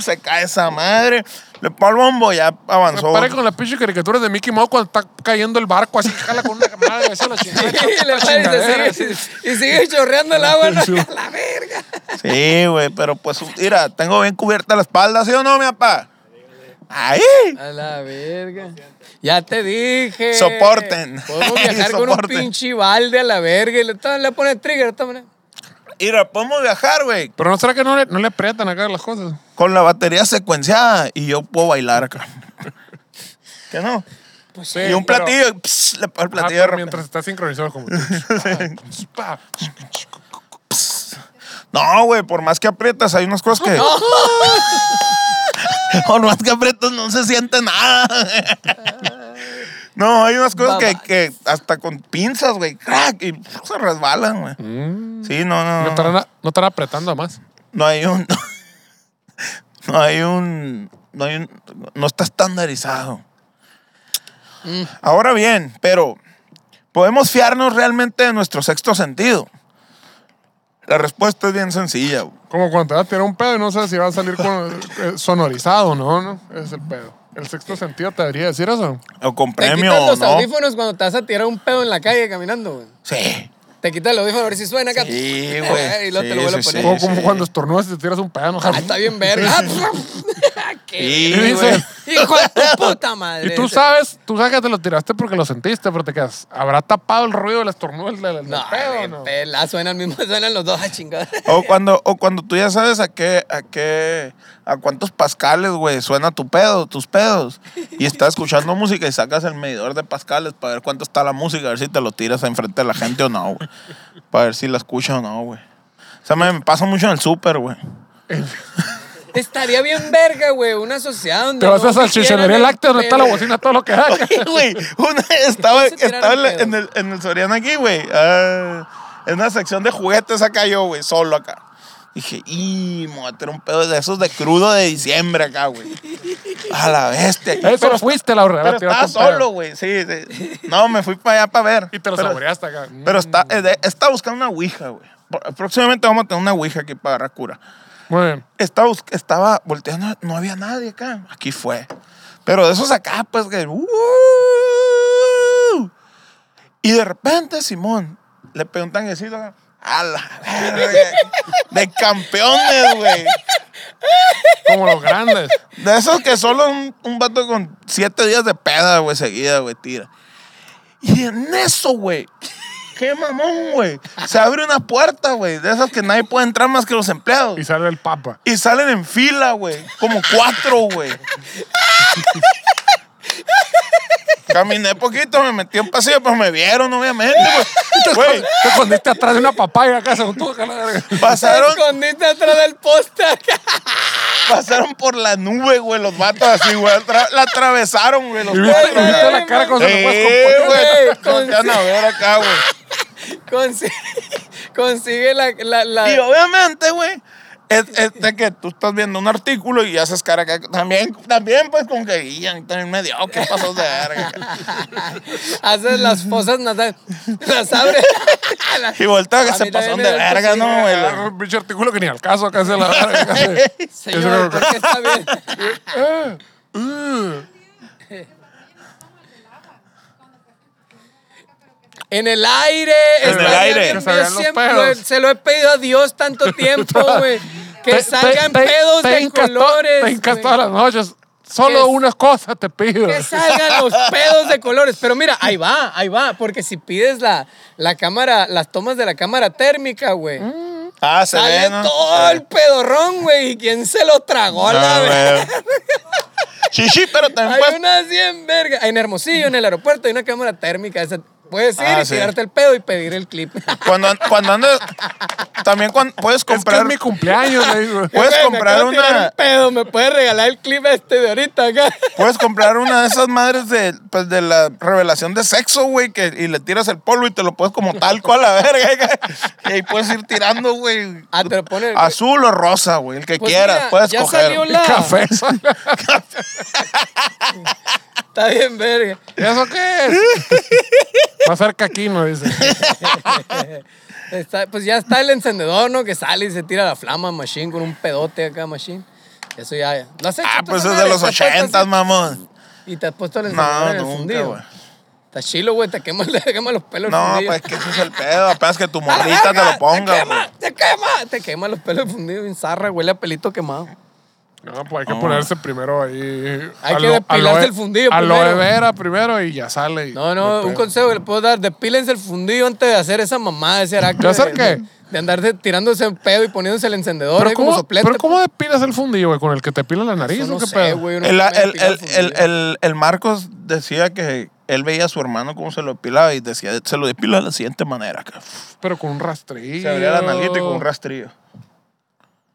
se cae esa madre. Le pego el bombo, ya
Me
avanzó.
paré con las pinches caricaturas de Mickey Mouse cuando está cayendo el barco así, jala con una madre, esa
(laughs)
la chingada.
(laughs) Sí,
esa
le
puta
parece,
chingadera,
y sigue- y sigue chorreando el agua, ¿no? A (laughs) la verga.
Sí, güey, pero pues mira, tengo bien cubierta la espalda, ¿sí o no, mi papá? Ahí.
A la verga. Ya te dije.
Soporten. (laughs)
Podemos viajar con un
Soporten.
pinche balde a la verga y le, le pone trigger. de todas maneras.
Mira, podemos viajar, güey,
Pero no será que no le, no le aprietan acá las cosas.
con la batería secuenciada y yo puedo bailar
(laughs)
acá. ¿Qué no?
Pues
y un
pero-
platillo, pss, le pego el
Ah,
platillo. de
pero
repente.
mientras está sincronizado
(laughs)
como. ah, pues, Pa.
No, güey, por más que aprietas, hay unas cosas que. (laughs) por más que aprietas, no se siente nada. no, hay unas cosas que,
Babas.
que hasta con pinzas, güey, crack, y se resbalan, güey.
Mm.
Sí, no, no.
No
no.
estarán, no estarán apretando más.
no hay un. (laughs) No hay un. No, hay un- no está estandarizado. Ahora bien, pero ¿podemos fiarnos realmente de nuestro sexto sentido? La respuesta es bien sencilla. güey.
Como cuando te vas a tirar un pedo y no sabes si va a salir con, eh, sonorizado, ¿no? ¿no? Es el pedo. El sexto sentido te debería decir eso.
O con
Te
premio
quitas
o
los
no.
audífonos cuando te vas a tirar un pedo en la calle caminando, güey.
Sí.
Te quitas el audífono a ver si suena acá.
Sí,
(laughs)
güey.
Y luego te
Sí, sí, Ah,
lo vuelvo a poner.
Como,
sí.
(laughs)
como cuando estornudas y te tiras un pedo. ¿no?
Ah, está bien verga. Ah, qué
Sí,
bien,
güey.
güey. Hijo de tu puta madre.
Y tú sabes, tú sabes que te lo tiraste porque lo sentiste, pero te quedas. ¿Habrá tapado el ruido del estornudo del, del- del
No,
pedo?
de
no?
pela, suenan mismo, (laughs) suenan los dos a chingar.
O cuando, o cuando tú ya sabes a qué, a qué, a cuántos pascales, güey, suena tu pedo, tus pedos. Y estás escuchando música y sacas el medidor de pascales para ver cuánto está la música, a ver si te lo tiras enfrente de la gente o no, güey. Para ver si la escucha o no, güey. O sea, me, me pasa mucho en el súper, güey.
Estaría bien verga, güey, una sociedad donde...
Te vas a
no
salchichonería
quieran
láctea donde está la
pedo.
bocina, todo lo que da.
Oye, güey, una estaba,
Se tiraron
estaba en, la-
pedos.
en el, en el Soriana aquí, güey. ah, en una sección de juguetes acá yo, güey, solo acá. Dije, y me voy a tirar un pedo de esos de crudo de diciembre acá, güey. A la
(laughs)
bestia.
Eso
pero,
fuiste la horrera.
pero estaba solo, güey. Sí, sí. No, me fui para allá para ver.
Y te lo
Pero-
saboreaste acá. Mm,
Pero está, eh, de- estaba buscando una ouija, güey. Por- Próximamente vamos a tener una ouija aquí para agarrar cura.
Muy bien.
Estaba, bus- estaba volteando, no había nadie acá. Aquí fue. Pero de esos acá, pues que. ¡uh! y de repente, Simón, le preguntan eso a la verga. De campeones, güey.
Como los grandes.
De esos que solo un, un vato con siete días de peda, güey, seguida, güey, tira. Y en eso, güey. Qué mamón, güey. Se abre una puerta, güey. De esas que nadie puede entrar más que los empleados.
Y sale el papa.
Y salen en fila, güey. Como cuatro, güey. Caminé poquito, me metí en pasillo, pero me vieron, obviamente, güey. Güey,
Te escondiste atrás de una papaya acá, según tú. acá, la verga.
Te
pasaron,
escondiste atrás del poste acá. (laughs)
pasaron por la nube, güey, los vatos así, güey. Atra- la atravesaron, güey, los
Y viste,
cuatro.
y viste la cara como se lo puedes
Eh,
componer.
güey.
güey, con-
Te van a ver acá, güey.
Consigue, consigue la... la, la-
Y obviamente, güey, es, es de que tú estás viendo un artículo y haces cara que también, también pues como que y a mí también me dio, ¿qué pasó de verga?
haces las fosas nasales. Las abres.
(laughs) Y volteo que
(laughs) A
se
mí
pasaron
también me
de
dio el
verga, ¿no,
cosilla,
Agarra
güey?
Ah, Un pinche artículo que ni al caso acá se la verga. acá se-
Señor, ¿por qué está bien? (laughs) En el aire.
En el
estaría
aire.
bien,
Que salgan
yo
los
siempre
pedos.
lo- se lo he pedido a Dios tanto tiempo, güey. Que
Te- te-
salgan
te-
pedos
te
de
hincas to-
colores.
Te hincas
güey.
todas las noches. Solo
Que-
una cosa te pido.
Que salgan los pedos de colores. Pero mira, ahí va, ahí va. Porque si pides la, la cámara, las tomas de la cámara térmica, güey.
Ah, se
Sale
ve, ¿no?
todo el pedorrón, güey. ¿Y quién se lo tragó? la
Ah,
verga?
güey. (laughs) Sí, sí, pero también
(laughs)
pues,
Hay
puedes...
una 100 verga. En Hermosillo, en el aeropuerto, hay una cámara térmica. Esa- puedes ir
Ah,
y
sí.
tirarte el pedo y pedir el clip. (laughs)
Cuando, an- cuando andas... También cuando puedes
Es que es
comprar...
mi cumpleaños, le (laughs) digo.
Puedes
Güey, me
comprar
acabo de tirar
una...
el pedo, me puedes regalar el clip este de ahorita acá.
Puedes comprar una de esas madres de, pues, de la revelación de sexo, güey, que, y le tiras el polvo y te lo pones como talco a la verga. güey. Y ahí puedes ir tirando, güey.
Ah, te lo ponen-
Azul o rosa, güey, el que
Pues
quieras,
mira,
puedes
ya
coger.
salió la-
Café.
Está bien, verga.
¿Y eso qué es? Más cerca aquí, no dice.
Está- pues ya está el encendedor, ¿no? Que sale y se tira la flama, machine, con un pedote acá, machine. Eso ya. ¿Lo has hecho
Ah,
tú,
pues es
Samara?
de los
¿Te has puesto
ochentas,
así?
mamón.
Y te has puesto el encendedor
No,
en el
nunca,
fundido.
güey.
Está chilo, güey. Te quema, te quema los pelos el (laughs)
No,
fundido.
pues que ese es el pedo. Apenas que tu
(laughs) ¡A la
morrita te
verga!
lo ponga,
¡Te
güey.
quema! ¡Te quema! Te quema los pelos fundidos en zarra, huele a pelito quemado.
No, pues hay que ponerse primero ahí.
Hay que
alo-
depilarse
aloe-
el fundillo
aloe
primero.
vera primero y ya sale. y-
No, no, un consejo que le puedo dar, depílense el fundido antes de hacer esa mamada de ese araco.
¿De hacer
de-
qué?
De, de andarse tirándose el pedo y poniéndose el encendedor
¿Pero
ahí como
cómo,
soplete.
pero ¿cómo depilas el fundillo, güey? ¿Con el que te pila la nariz
no
o qué
sé,
pedo?
güey, yo no
El,
me
el,
depilo
el, el,
fundido.
el- el Marcos decía que él veía a su hermano cómo se lo depilaba y decía, se lo depila de la siguiente manera. que
Pero con un rastrillo.
Se abría la analita y con un rastrillo.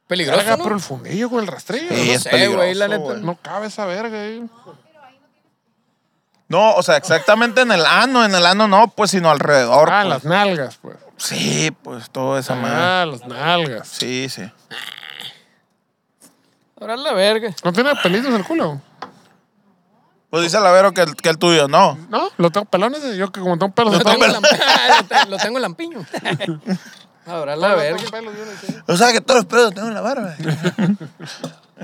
Peligroso,
Verga,
¿no?
pero el fundillo con el rastrillo.
Sí,
no,
es
sé,
peligroso,
güey, la neta,
güey.
no cabe esa verga ahí.
No, o sea, exactamente en el ano, en el ano no, pues, sino alrededor.
Ah,
pues.
las nalgas, pues.
Sí, pues, toda esa madre.
Ah, las nalgas.
Sí, sí.
Ahora la verga.
¿No tiene pelitos el culo?
Pues dice la Vero que el, que el tuyo no.
No, lo tengo pelones. eh, Yo que como tengo pelos,
(laughs) Lo
lo tengo
tengo, lamp- lo te- lo tengo lampiño. Ahora la verga.
pelos. yo no (laughs) sé.
O sea, que todos los pedos tengo en la
(laughs)
barba.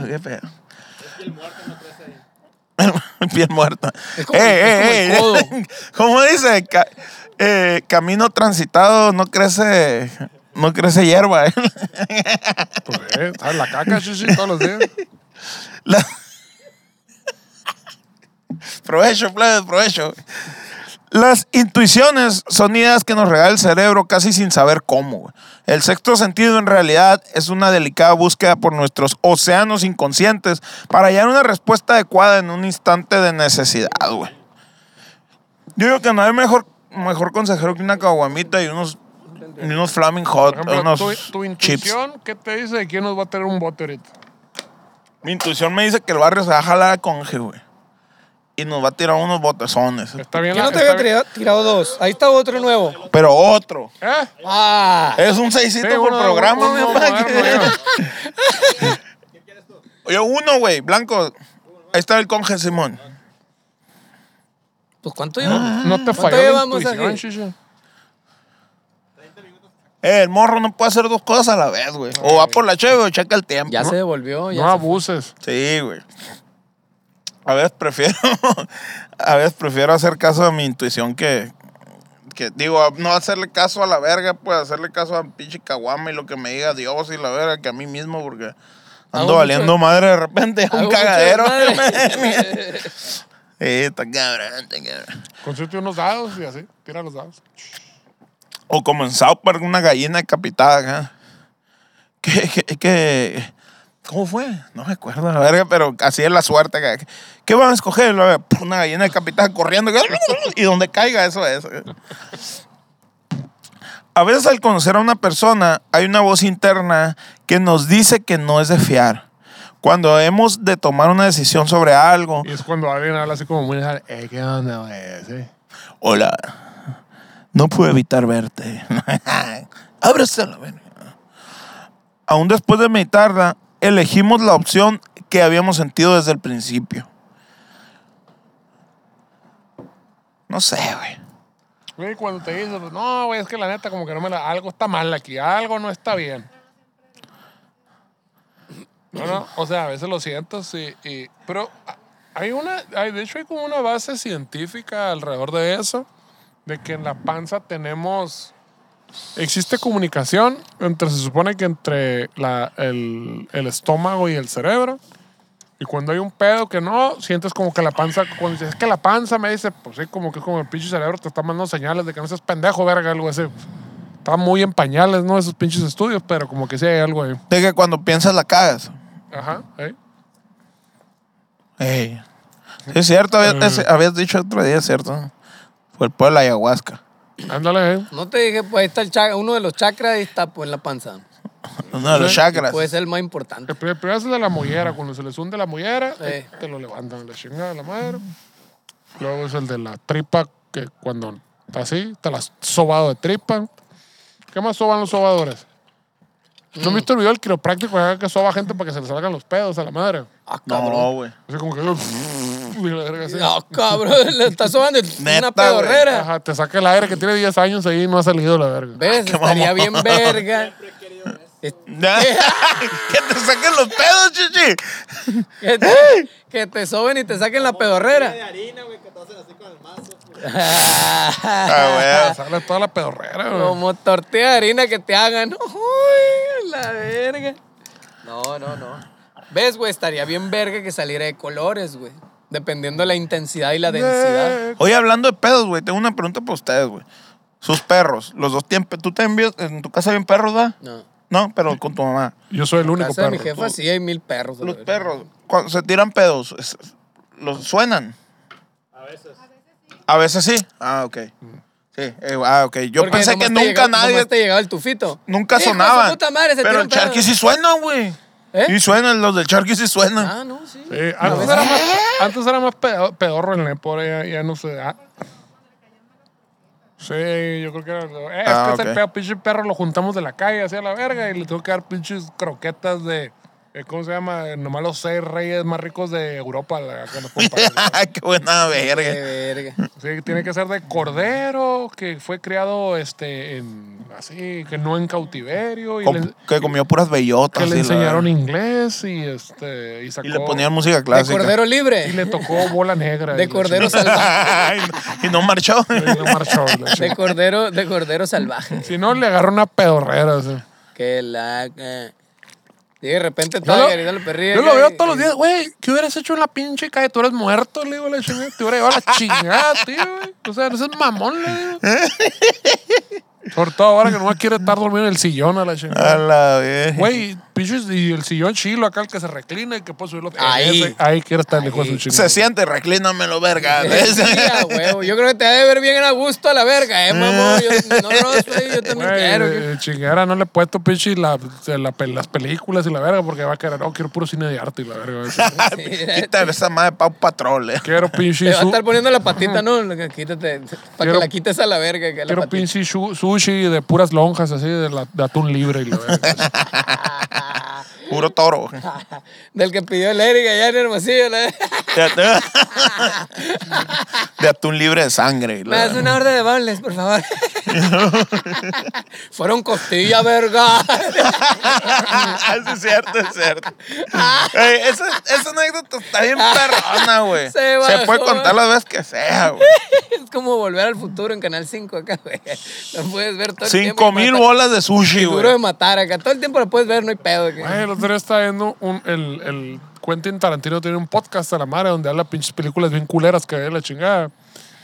Qué pedo. (laughs) Piel muerta.
Es como-
Eh, eh,
es como el
(laughs) eh. ¿Cómo dice? Ca- eh, camino transitado no crece, no crece hierba. eh.
Pues, eh, ¿sabes? La caca, sí, sí, todos los días.
La- Provecho, plebes, provecho. Las intuiciones son ideas que nos regala el cerebro casi sin saber cómo. güey. El sexto sentido en realidad es una delicada búsqueda por nuestros océanos inconscientes para hallar una respuesta adecuada en un instante de necesidad, güey. Yo digo que no hay mejor, mejor consejero que una caguamita y unos, y unos flaming hot,
Por ejemplo,
unos
tu, tu
chips.
intuición, ¿qué te dice de quién nos va a tener un bote ahorita?
Mi intuición me dice que el barrio se va a jalar a conge, güey. Y nos va a tirar unos botezones.
Está bien.
Yo
la-
no te
está
había tirado, tirado dos. Ahí está otro nuevo.
Pero otro.
bien- ¿Eh?
Ah.
Es un seisito
Sí,
por
uno-
programa,
uno
mi papá.
moderno,
(laughs)
ya.
Yo uno, güey, blanco. Ahí está el conge, Simón.
Pues ¿cuánto llevamos?
No te
¿Cuánto
falló la
llevamos
intuición,
aquí?
chicho.
Eh, el morro no puede hacer dos cosas a la vez, güey. O va por la cheve o checa el tiempo.
Ya
¿no?
se devolvió. Ya
No
se-
abuses.
Sí, güey. A veces prefiero, (laughs) a veces prefiero hacer caso a mi intuición que, que digo, a- no hacerle caso a la verga, pues hacerle caso a pinche caguama y lo que me diga Dios y la verga que a mí mismo, porque
Hago
ando
mucho-
valiendo madre de repente,
Hago
un
mucho
cagadero. (laughs)
desmadre.
sí, está cabrón, está cabrón.
Consiste unos dados y así. Tira los dados.
O como en South Park, una gallina decapitada acá. Que, que, que- ¿Cómo fue? No me acuerdo, la verga, pero así es la suerte. Que, ¿Qué van a escoger? La verga, Una gallina decapitada corriendo. Y donde caiga, eso es. A veces al conocer a una persona, hay una voz interna que nos dice que no es de fiar. Cuando hemos de tomar una decisión sobre algo,
Y es cuando alguien habla así como muy lejano. Eh, ¿qué onda, güey? Sí.
Hola. No pude evitar verte. (laughs) Ábrase a la verga. Aún después de meditarla, elegimos la opción que habíamos sentido desde el principio. No sé, güey.
Güey, cuando te dicen, pues, no, güey, es que la neta, como que no me la. Algo está mal aquí, algo no está bien. No, no, o sea, a veces lo sientes y. y- pero a- hay una. Hay, de hecho, hay como una base científica alrededor de eso, de que en la panza tenemos. Existe comunicación entre, se supone que entre la- el, el estómago y el cerebro. Y cuando hay un pedo que no, sientes como que la panza, cuando dices "Es que la panza me dice, pues sí, como que como el pinche cerebro te está mandando señales de que no seas pendejo, verga, algo así. Está muy en pañales, ¿no? Esos pinches estudios, pero como que sí hay algo ahí.
De que cuando piensas la cagas.
Ajá, ¿eh?
Ey. Sí, es cierto, habías, es- habías dicho otro día, ¿cierto? Fue el pueblo de la ayahuasca. (laughs)
Ándale, ¿eh?
No te dije, pues ahí está el cha- uno de los chakras y está pues en la panza.
Uno de los chakras.
Puede ser el más importante.
El pri- primero es el de la mollera, cuando se les hunde la mollera,
Sí.
te lo levantan la chingada de la madre. Luego es el de la tripa, que cuando está así, te la has sobado de tripa. ¿Qué más soban los sobadores? ¿No
Mm.
has visto el video del quiropráctico acá que soba gente para que se le salgan los pedos a la madre?
Ah, cabrón.
no, güey. (laughs)
Así como que. (laughs) y la verga así.
Ah, cabrón. Le está sobando
Neta,
una pedorrera.
Ajá, te saca el aire que tiene 10 años ahí y no ha salido la verga.
¿Ves? Estaría bien verga.
que te saquen los pedos, chichi.
Que te, que te soben y te saquen la pedorrera.
Ah, güey.
Te Sale toda la pedorrera, güey.
Como tortilla de harina que te hagan. Uy, la verga. No, no, no. ¿Ves, güey? Estaría bien verga que saliera de colores, güey. Dependiendo de la intensidad y la densidad.
Oye, hablando de pedos, güey, tengo una pregunta para ustedes, güey. Sus perros, los dos tiempos. ¿Tú te envías en tu casa bien perros, da?
No.
No, pero con tu
(laughs)
mamá.
Yo soy el
En
único
casa de mi
perro.
jefa sí hay mil perros. a la
Los
verga.
perros, cuando se tiran pedos, es- ¿los suenan? A veces. A veces sí. Ah, ok. Sí, eh, ah, ok. Yo
Porque
pensé que
nomás te
nunca
llegaba-
nadie,
nomás te llegaba el tufito.
nunca
Hijo de su
sonaban.
puta madre, se
pero
tira
el
un pedo.
charqui sí suena, güey.
¿Eh?
Sí suenan, los del charqui sí suenan. (laughs)
Ah, no, sí.
Eh, antes, era más, antes era más pedo- pedorro el Nepore, ya, ya no se da. Sí, yo creo que era. eh,
Ah,
es que
ok.
ese pedo, pinche perro lo juntamos de la calle, así a la verga, y le tengo que dar pinches croquetas de. eh, ¿Cómo se llama? Nomás los seis reyes más ricos de Europa. la- que nos comparten.
Qué buena
Qué
verga.
verga.
Sí, tiene que ser de cordero que fue criado este en así, que no en cautiverio y
Com-
le-
que comió puras bellotas.
que le
sí, la
enseñaron
verdad.
inglés y este y sacó
y le ponían música
De
clásica.
cordero
y
libre.
le tocó bola negra. y
De
la
cordero salvaje.
Ay, y no marchó.
chingada, y no marchó, y la
De
(laughs) chingada.
cordero, de cordero salvaje.
si no le agarró una pedorrera. así.
Que la. eh. Y de repente
Yo
Tiger y dale
lo,
perrilla.
yo lo veo todos los días, güey. ¿Qué hubieras hecho en la pinche calle? Tú eres muerto, le digo, la chingada. Te hubiera llevado la chingada, tío, güey. O sea, no seas mamón, le
(laughs)
digo. Sobre todo ahora que no más quiere estar dormido en el sillón a la
A
Ah.
chingada.
la vez.
Güey, pinches, y el sillón chilo acá, el que se reclina y que puede subirlo.
Ahí.
Ese- ahí quiere estar lejos de
Ahí.
su chingada.
Se siente, reclínamelo, verga. (laughs)
(laughs)
(laughs)
Sí, a huevo. Yo creo que te debe ver bien a gusto a la verga,
(laughs)
eh, mamón. Yo- no, no, sí, yo también
Güey,
quiero.
de- de chingadera, no le he puesto pinche la- de la pe- las películas y la verga porque va a quedar, no, quiero puro cine de arte y la verga.
Quítale esa madre pa' un patrol. eh.
quiero pinche,
(laughs) Te va a
su-
estar poniendo la patita, ¿no? Lo que Quítate. Para
Quiero-
que la quites a la verga. Que la
quiero
patita.
pinche shu- sushi de puras lonjas así, de, la- de atún libre y la verga.
Puro toro.
Del que pidió el Eric allá en Hermosillo. la-
De atún libre de sangre.
Me
la-
das una orden de bables, por favor. (laughs) Fueron costilla, verga.
(laughs)
(laughs)
Sí, es cierto, es cierto. Ey, esa, esa anécdota está bien perrona, güey.
Se
Se, puede
bajó.
contar las veces que sea, güey.
es como volver al futuro en Canal 5 acá, güey. Lo puedes ver todo el tiempo.
Cinco mil
Mata-
bolas de sushi,
Duro de
güey.
matar acá. Todo el tiempo lo puedes ver, no hay pedo. que-
Güey, el otro día estaba viendo un, el, el Quentin Tarantino tiene un podcast a la madre donde habla pinches películas bien culeras que ve la chingada.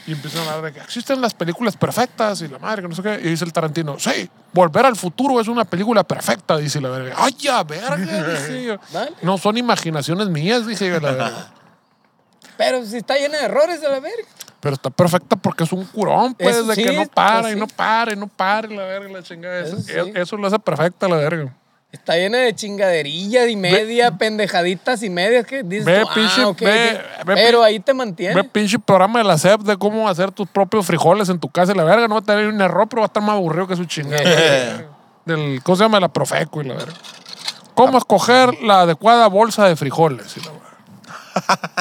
Y empiezan a hablar de que existen las películas perfectas y la madre que no sé qué. Y dice el Tarantino, sí, Volver al Futuro es una película perfecta, dice la verga. ¡Ay, ya, verga! Dije yo.
Vale.
No son imaginaciones mías, dije yo, la verga.
Pero si está llena de errores, a la verga.
Pero está perfecta porque es un curón, pues,
Eso
de
sí,
que no
pues
para y
sí.
no para y no para y la verga, la chingada. Eso,
Eso sí.
e- eso lo hace perfecta la verga.
Está llena de chingaderillas y media, pendejaditas y medias que dices
Ve,
tú, ah,
pinche,
ok,
ve,
ok.
ve,
Pero
pin-
ahí te
Ve
mantiene.
pinche programa de la SEP de cómo hacer tus propios frijoles en tu casa y la verga. No va a tener un error, pero va a estar más aburrido que su chingada.
(laughs)
Del, ¿Cómo se llama? La Profeco y la verga. ¿Cómo escoger la adecuada bolsa de frijoles? Y la verga.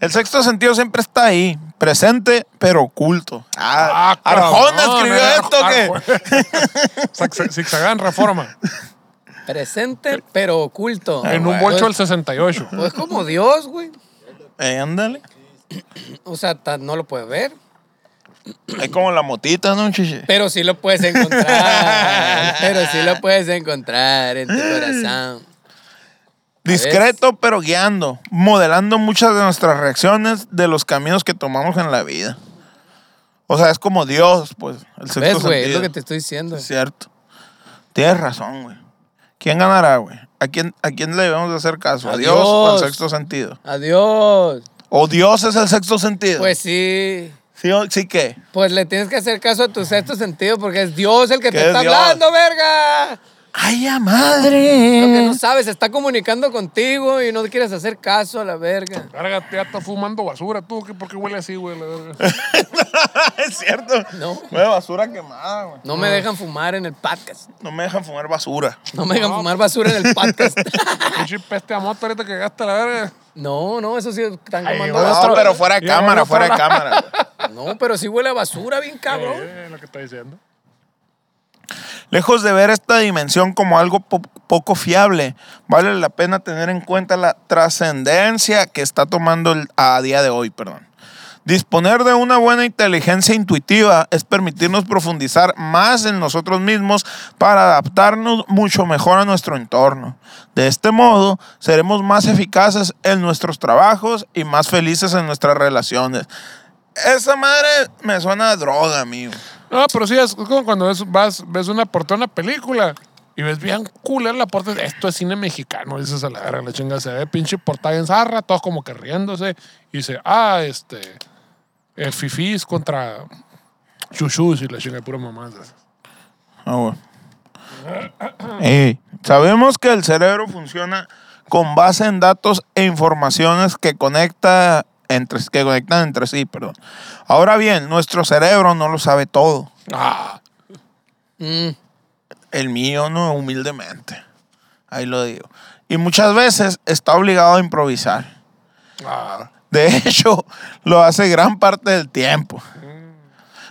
El sexto sentido siempre está ahí, presente pero oculto. Ah,
Ah, cabrón,
Arjona escribió
era
esto que.
Arjona. (laughs) Zag- Zigzagan reforma.
Presente, pero oculto.
en un
güey.
bolcho del 68.
Pues como Dios, güey.
Eh, ándale.
O sea, ta- no lo puedes ver.
Es como la motita, ¿no, chiche?
Pero sí lo puedes encontrar. pero sí lo puedes encontrar en tu corazón.
Discreto pero guiando, modelando muchas de nuestras reacciones de los caminos que tomamos en la vida. O sea, es como Dios, pues. El sexto
¿Ves, güey? Es
sentido.
lo que te estoy diciendo.
Es cierto. Tienes razón, güey. ¿Quién ganará, güey? ¿A quién, ¿A quién le debemos de hacer caso? ¿A Dios o al
Adiós.
sexto sentido?
Adiós.
¿O Dios es el sexto sentido?
Pues sí.
¿Sí, o- sí qué?
Pues le tienes que hacer caso a tu sexto sentido porque es Dios el que
¿Qué
te está
es Dios?
hablando, verga.
¡Ay, ya
Lo que
madre!
no sabes, está comunicando contigo y no quieres hacer caso a la verga.
Verga, ya está fumando basura tú. ¿Qué- ¿Por qué huele así, güey? La verga?
(laughs) es cierto.
No.
Huele basura quemada, güey.
No me dejan fumar en el podcast.
No me dejan fumar basura.
No me dejan fumar basura en el podcast.
Pinche peste a moto este ahorita que gasta la verga.
No, no, eso sí están
Ay,
comando
güey,
No,
basura.
pero fuera de
Ya,
cámara,
no,
fuera de
no.
cámara. güey.
No, pero sí huele a basura, bien cabrón.
Eh, lo que está diciendo.
Lejos de ver esta dimensión como algo po- poco fiable, vale la pena tener en cuenta la trascendencia que está tomando el- a día de hoy, perdón. Disponer de una buena inteligencia intuitiva es permitirnos profundizar más en nosotros mismos para adaptarnos mucho mejor a nuestro entorno. De este modo, seremos más eficaces en nuestros trabajos y más felices en nuestras relaciones. Esa madre me suena a droga, amigo.
No, pero sí, es como cuando ves, vas, ves una portada de una película y ves bien cool la portada. Esto es cine mexicano, dices a la verga, la chinga. Se ve pinche portada en zarra, todos como que riéndose. Y dice, ah, este, el fifís contra chuchus y la chinga de pura mamá.
Ah, bueno. Ey, sabemos que el cerebro funciona con base en datos e informaciones que conecta entre, que conectan entre sí, perdón. Ahora bien, nuestro cerebro no lo sabe todo.
Ah,
Mm,
El mío no, humildemente. Ahí lo digo. Y muchas veces está obligado a improvisar.
ah.
De (laughs) hecho, lo hace gran parte del tiempo.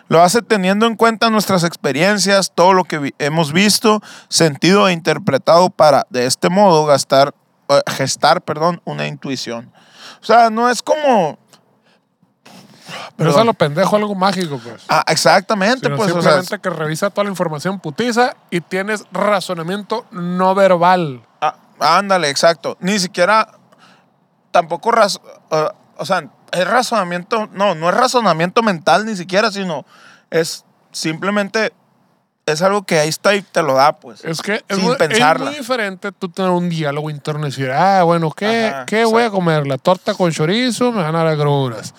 Lo hace teniendo en cuenta nuestras experiencias, todo lo que vi- hemos visto, sentido e interpretado para, de este modo, gastar, eh, gestar perdón, una intuición. O sea, no es como...
Pero eso
Perdón.
es lo pendejo, algo mágico, pues.
Ah, exactamente,
Sino
pues. o sea,
simplemente que revisa toda la información putiza y tienes razonamiento no verbal.
Ah, ándale, exacto. Ni siquiera, tampoco, raz- ah, o sea, es razonamiento, no, no es razonamiento mental ni siquiera, sino es simplemente, es algo que ahí está y te lo da, pues.
Es que es
Sin
muy, es
pensarla.
muy diferente tú tener un diálogo interno y decir, ah, bueno, ¿qué,
Ajá,
¿qué voy a
exacto.
comer? ¿La torta con chorizo? Me van a dar agruras.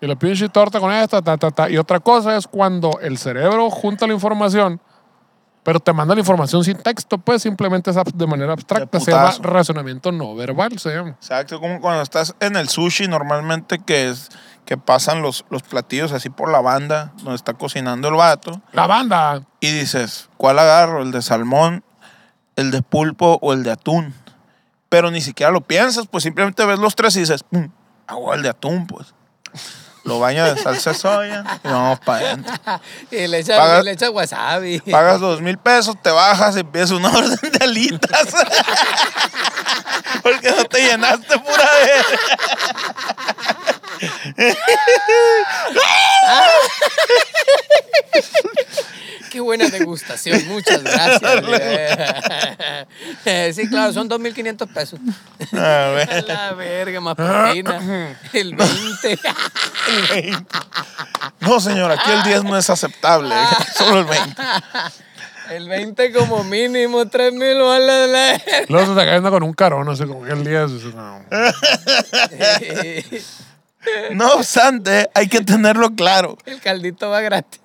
Y la pinche torta con esta, ta, ta, ta. Y otra cosa es cuando el cerebro junta la información, pero te manda la información sin texto, pues simplemente es ab- de manera abstracta. se llama
putazo.
razonamiento no verbal, se llama.
Exacto, como cuando estás en el sushi normalmente que es que pasan los, los platillos así por la banda donde está cocinando el vato
La banda.
y dices, ¿cuál agarro? ¿El de salmón, el de pulpo o el de atún? Pero ni siquiera lo piensas, pues simplemente ves los tres y dices, "Mm, hago el de atún, pues. Lo baño de salsa de soya y vamos para adentro.
Y le echa,
Paga-
le echa wasabi.
Pagas dos mil pesos, te bajas y empieza una (laughs) orden de alitas. (laughs) Porque no te llenaste pura vez.
Qué buena degustación, muchas gracias. Eh, (laughs) sí, claro, son 2.500 pesos.
(laughs) A ver.
La verga, más proteína. El 20.
No, señor, aquí el 10 no es aceptable, (laughs) solo el 20.
El 20 como mínimo, 3.000 balas. la-
Luego se está cayendo con un carón, no sé, como que el día. dices, no.
No obstante, hay que tenerlo claro.
El caldito va gratis.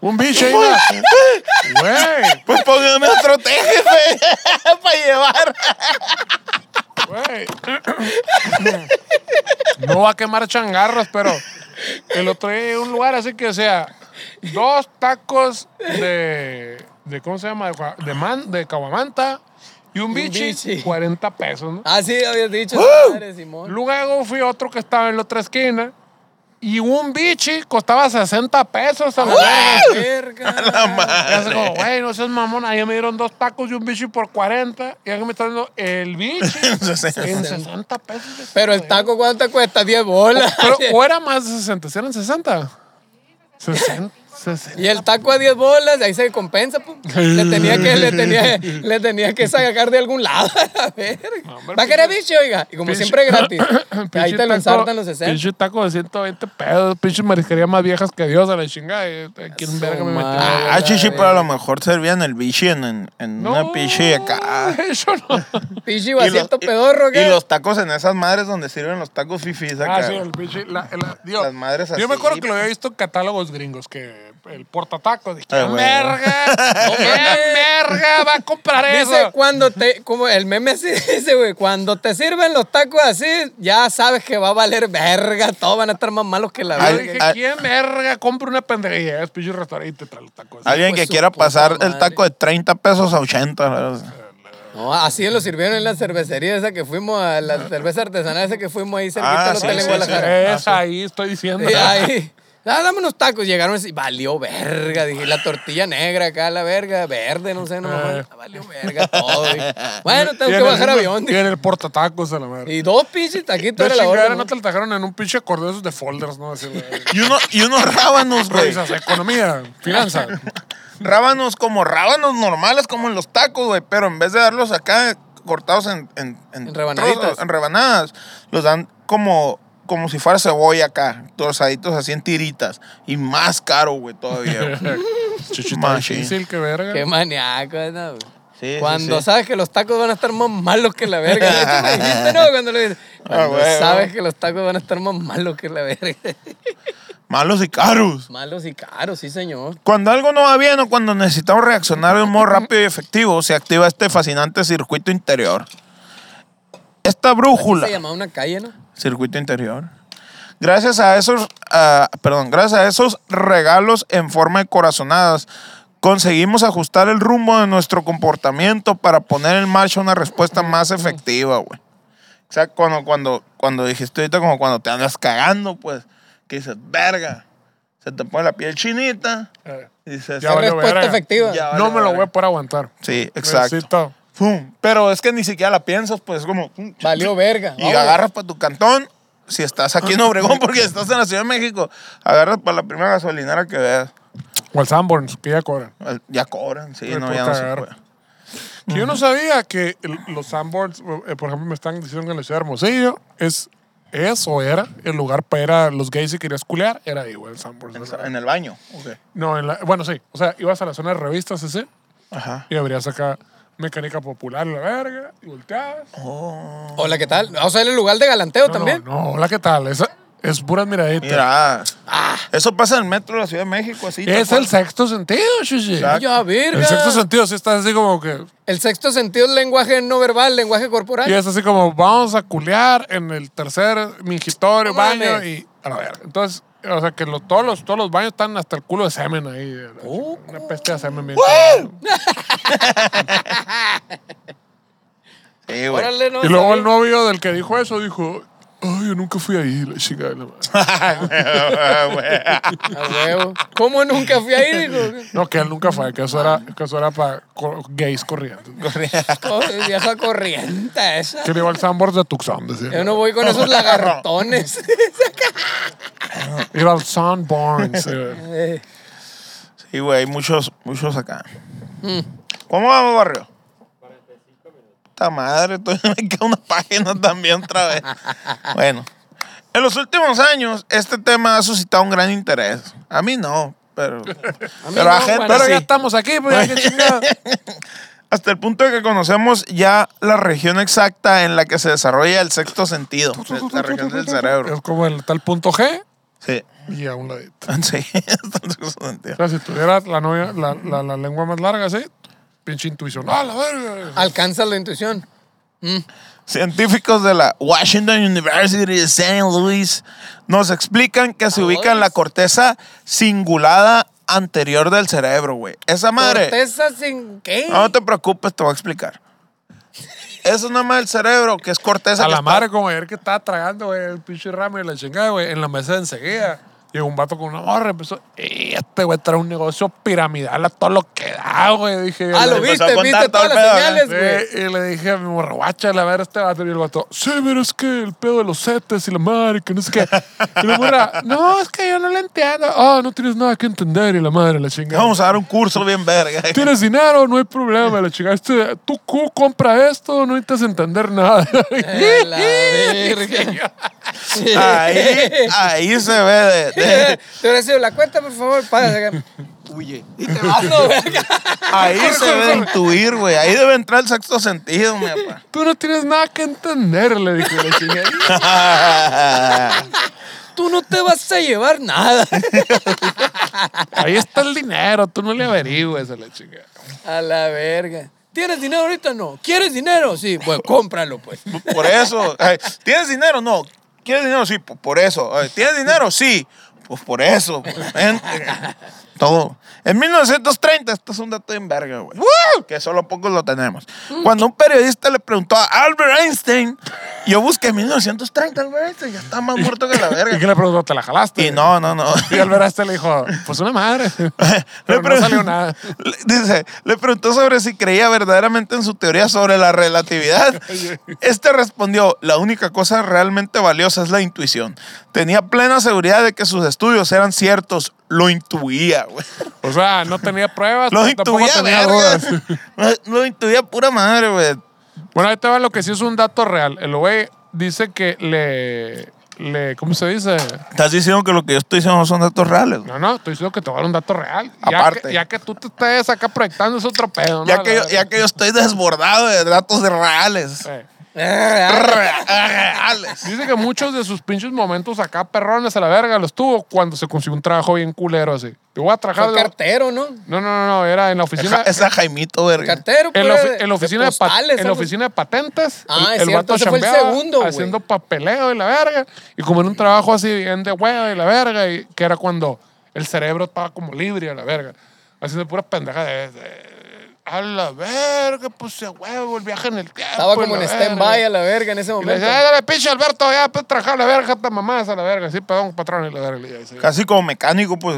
Un bicho ahí. mira. Güey,
Pues póngame otro té,
(laughs)
jefe, para llevar.
güey. (coughs) No va a quemar changarros, pero el otro día llegué a un lugar así que sea dos tacos de. de ¿Cómo se llama? De, cua- de, man, de caguamanta y un bichi,
bichi.
40 pesos, ¿no?
Ah, sí, habías dicho, esa madre, Simón.
Luego fui a otro que estaba en la otra esquina y un bichi costaba 60 pesos a la verga.
Verga.
Y hace como, güey, no seas mamón. Ahí me dieron dos tacos y un bichi por 40. Y aquí me está dando el (laughs) bichi en 60 pesos.
Pero el taco, ¿cuánto te cuesta? 10 bolas.
Pero, o era más de 60, si eran 60. 60. 60.
Y el taco a 10 bolas, ahí se compensa. po. Le, tenía que, le, tenía, le tenía que sacar de algún lado. (laughs) A ver.
hombre,
Va a querer bicho, oiga. Y como
pinche-
siempre gratis.
(coughs)
ahí
Pinche
te
taco-
lo ensartan los 60.
Pinche taco de 120 pedos. Pinche marisquería más viejas que Dios a la chingada. y Aquí en
Su
verga me metí.
madre.
Ah, chichi, pero a lo mejor servían el bichi en, en, en una pichi acá.
(laughs) Eso no.
Pinche
Y los,
vasito pedorro,
y
¿qué?
los tacos en esas madres donde sirven los tacos fifis acá.
Ah, sí, el pinche. la- la- Dios.
Las madres
Yo me
así,
acuerdo que lo
pues.
había visto en catálogos gringos, que el portatacos. Dije,
Ah,
¿qué
bueno. (laughs)
verga? ¿Qué verga va a comprar
Dice,
eso?
cuando te, como el meme así (laughs) dice, güey, cuando te sirven los tacos así, ya sabes que va a valer verga, todos van a estar más malos que la
Yo
Ay,
verga.
dije,
ay.
¿quién verga compra una pendejería? Es pinche restaurante y te trae los tacos.
Alguien
Pues
que
su
quiera
puta
pasar el
madre.
taco de 30 pesos a 80. ¿verdad?
No, así lo sirvieron en la cervecería esa que fuimos, a la cerveza artesanal esa que fuimos ahí cerquita
Ah,
del
sí,
hotel en
sí,
Guadalajara.
Es ahí, estoy diciendo. (laughs)
Y ahí, ah, dame unos tacos. Llegaron y valió verga. Dije, la tortilla negra acá, la verga, verde, no sé, no mames.
Ah.
Valió verga todo.
(laughs)
dije. Bueno, tengo
Y en
que
el-
bajar avión.
Y
dije.
en el portatacos a la madre.
Y dos pinches taquitos
De
era la
chingadera
hora.
no
¿no?
te lo trajeron en un pinche cordón esos de folders, ¿no? Así,
(laughs)
güey.
Y, uno, (laughs) y unos rábanos, güey.
Risas, economía, finanzas.
Rábanos como rábanos normales, como en los tacos, güey. Pero en vez de darlos acá eh, cortados en, en,
En rebanaditas.
en rebanadas, los dan como, como si fuera cebolla acá, torzaditos así en tiritas. Y más caro, güey, todavía.
(laughs)
güey.
Chichita
Machín.
difícil, qué verga.
(laughs) Qué maníaco, ¿no? güey?
Sí, sí,
cuando
sí.
sabes que los tacos van a estar más malos que la verga. De hecho, me dijiste, ¿no? Cuando,
(laughs)
lo dijiste.
Ah,
Cuando
güey,
sabes
güey.
que los tacos van a estar más malos que la verga. (laughs)
Malos y caros.
Malos y caros, sí, señor.
Cuando algo no va bien o cuando necesitamos reaccionar de un modo rápido y efectivo, se activa este fascinante circuito interior. Esta brújula.
Se llamaba una calle, ¿no?
circuito interior. Gracias a esos, ah, perdón, gracias a esos regalos en forma de corazonadas, conseguimos ajustar el rumbo de nuestro comportamiento para poner en marcha una respuesta más efectiva, güey. O sea, cuando, cuando, cuando dijiste ahorita, como cuando te andas cagando, pues, que dices, verga, se te pone la piel chinita,
Eh,
y dices,
Ya valió
Respuesta
verga.
efectiva.
Ya vale,
No me lo
vale.
voy a poder aguantar.
sí, exacto.
Necesito.
Pum. Pero es que ni siquiera la piensas, pues, como, pum,
Valió verga.
y
vámonos.
agarras para tu cantón, si estás aquí en Obregón, porque estás en la Ciudad de México, agarras para la primera gasolinera que veas.
O al Sanborns, que ya cobran.
Ya cobran, sí,
Ay,
no,
puta,
ya no se
agarra.
puede.
Que yo no sabía que el- los Sanborns, eh, por ejemplo, me están diciendo que en la ciudad de Hermosillo es, es o era el lugar para los gays si querías culear, era ahí, güey, el Sanborns.
En-
¿verdad?
En el baño. ok.
No, en la- bueno, sí. O sea, ibas a la zona de revistas ese
Ajá.
y habrías acá mecánica popular, la verga, y volteabas.
Hola, ¿qué tal? Vamos a ver el lugar de galanteo
No,
también.
No, no, hola, ¿qué tal? Esa es pura miradita.
Mira, eso pasa en el metro de la Ciudad de México, así. tal
Ah. es
cual.
el sexto sentido, Shishi.
Exacto.
Ya,
El sexto
verga.
sentido sí está así como que...
El sexto sentido es lenguaje no verbal, lenguaje corporal.
Y es así como, vamos a culear en el tercer mingitorio,
No
baño
mames.
y... A la verga. Entonces, o sea, que lo- todos, los, todos los baños están hasta el culo de semen ahí. Una peste de semen. bien cabrón.
Sí, güey. (laughs)
Órale, no
y luego
sabía.
el novio del que dijo eso dijo, ay, yo nunca fui ahí, la chingada de la madre".
(laughs) Ah,
A huevo. ¿Cómo nunca fui ahí? Digo,
No, que él nunca fue, que eso era, que eso era para co- gays corrientes.
co- vieja corriente esa.
Que le iba al Sanborns de Tucson,
Yo
decía.
Eh, no voy con esos lagartones. (laughs)
Ir al Sanborns. eh.
Sí, güey, hay muchos, muchos acá. Mm. ¿Cómo vamos, barrio? 45 minutos. Esta madre, todavía me queda una página también otra (laughs) vez. bueno, en los últimos años, este tema ha suscitado un gran interés. A mí no, pero. pero (laughs) a
no,
gente
bueno,
Pero ya
sí.
estamos aquí, pues ya que chingada.
Hasta el punto de que conocemos ya la región exacta en la que se desarrolla el sexto sentido, la región del cerebro.
Es como el tal punto G
Sí, (laughs)
y a un ladito.
sí, hasta el sexto sentido.
O sea, si tuvieras la, novia- la, la, la lengua más larga, sí, pinche intuición. ¡Ah, la verga!
Alcanza la intuición.
Científicos de la Washington University de St. Louis nos explican que se ubica en la
Louis.
corteza cingulada anterior del cerebro, güey. Esa madre. Ah,
Corteza sin qué.
No te preocupes, te voy a explicar. Eso nada más el cerebro, que es corteza.
A
que
la
está-
madre, como ayer que estaba tragando, güey, el pinche ramo y la chingada, güey, en la mesa de enseguida. Llegó un vato con una morra, empezó, "Eh, este güey trae un negocio piramidal a todo lo que da, güey. Dije,
Ah, lo
"La-
empezó a
viste,
contar
viste
todo
todas
el
las
pedo,
señales, güey.
Sí, y le dije a mi morra, guáchala, a ver este vato. Y el vato, sí, pero es que el pedo de los setes y la madre, que no sé qué. Y la morra, no, es que yo no le entiendo. Ah, no tienes nada que entender y la madre, la chingada.
Vamos a dar un curso
(laughs)
bien verga.
Tienes dinero, no hay problema, la chingada. Este, tú cu- compra esto, no necesitas entender nada. (laughs)
A la (laughs) verga.
Ahí, ahí se ve de- de-
Te hubiera sido la cuenta, por favor, para. Huye. Y te vas, (laughs) no, verga.
ahí se debe de intuir, güey. Ahí debe entrar el sexto sentido, mi papá.
Tú no tienes nada que entender, le dije la chingada.
Tú no te vas a llevar nada.
Ahí está el dinero, tú no le averigües a la chingada.
A la verga. ¿Tienes dinero ahorita? No. ¿Quieres dinero? Sí. Pues cómpralo, pues.
Por eso. Ay, ¿Tienes dinero? No. ¿Quieres dinero? Sí, pues por eso. Ay, ¿Tienes dinero? Sí. Pues por eso. pues, vente. Todo. En 1930, esto es un dato en verga, güey. Que solo pocos lo tenemos. Cuando un periodista le preguntó a Albert Einstein, yo busqué 1930, Albert Einstein, ya está más muerto que
(laughs)
la
¿Y qué
verga.
le preguntó? ¿Te la jalaste?
Y no, no, no.
Y Albert Einstein le dijo, pues una madre. Pero no
pregun-
salió nada.
Le- Dice, le preguntó sobre si creía verdaderamente en su teoría sobre
(laughs)
la relatividad. Este respondió, la única cosa realmente valiosa es la intuición. Tenía plena seguridad de que sus estudios eran ciertos. Lo intuía,
(laughs)
güey.
O sea, no tenía pruebas,
Lo
tampoco
intuía,
tenía
verga.
dudas.
(laughs) Lo lo intuía pura madre, güey.
Bueno, ahí te va lo que sí es un dato real. El güey dice que le, le. ¿Cómo se dice?
Estás diciendo que lo que yo estoy diciendo no son datos reales. güey.
No, no, estoy diciendo que te va a dar un dato real. Ya
Aparte.
que, ya que tú te estés acá proyectando es otro pedo, ¿no?
Ya que, yo, ya que yo estoy desbordado de
(laughs)
datos reales.
Eh.
Ah,
Reales.
Dice que muchos de sus pinches momentos acá perrones a la verga los tuvo cuando se consiguió un trabajo bien culero así. Yo voy a trabajar.
Fue
de-
cartero, ¿no?
No, no, no, no, era en la oficina.
Esa Jaimito, verga.
Cartero, (laughs)
En
pues,
la, ofi- en la oficina de, pa-
postales,
en la
algo así.
oficina de patentes,
Ah,
el,
es
el
cierto,
vato
ese fue el
chambeaba
segundo, güey.
haciendo papeleo y la verga. Y como en un trabajo así bien de huevo y la verga, y que era cuando el cerebro estaba como libre y la verga. Haciendo pura pendeja de, de- a la verga, puse a huevo el viaje en el tiempo.
Estaba
y
como en
pues, la
stand-by
verga.
a la verga en
Y
ese
le
momento.
decía, "Ay, dale, pinche Alberto, ya, pues, trabajar a la verga, estas mamadas a la verga. Sí, perdón, patrón, y la verga. y así.
Casi como mecánico, pues.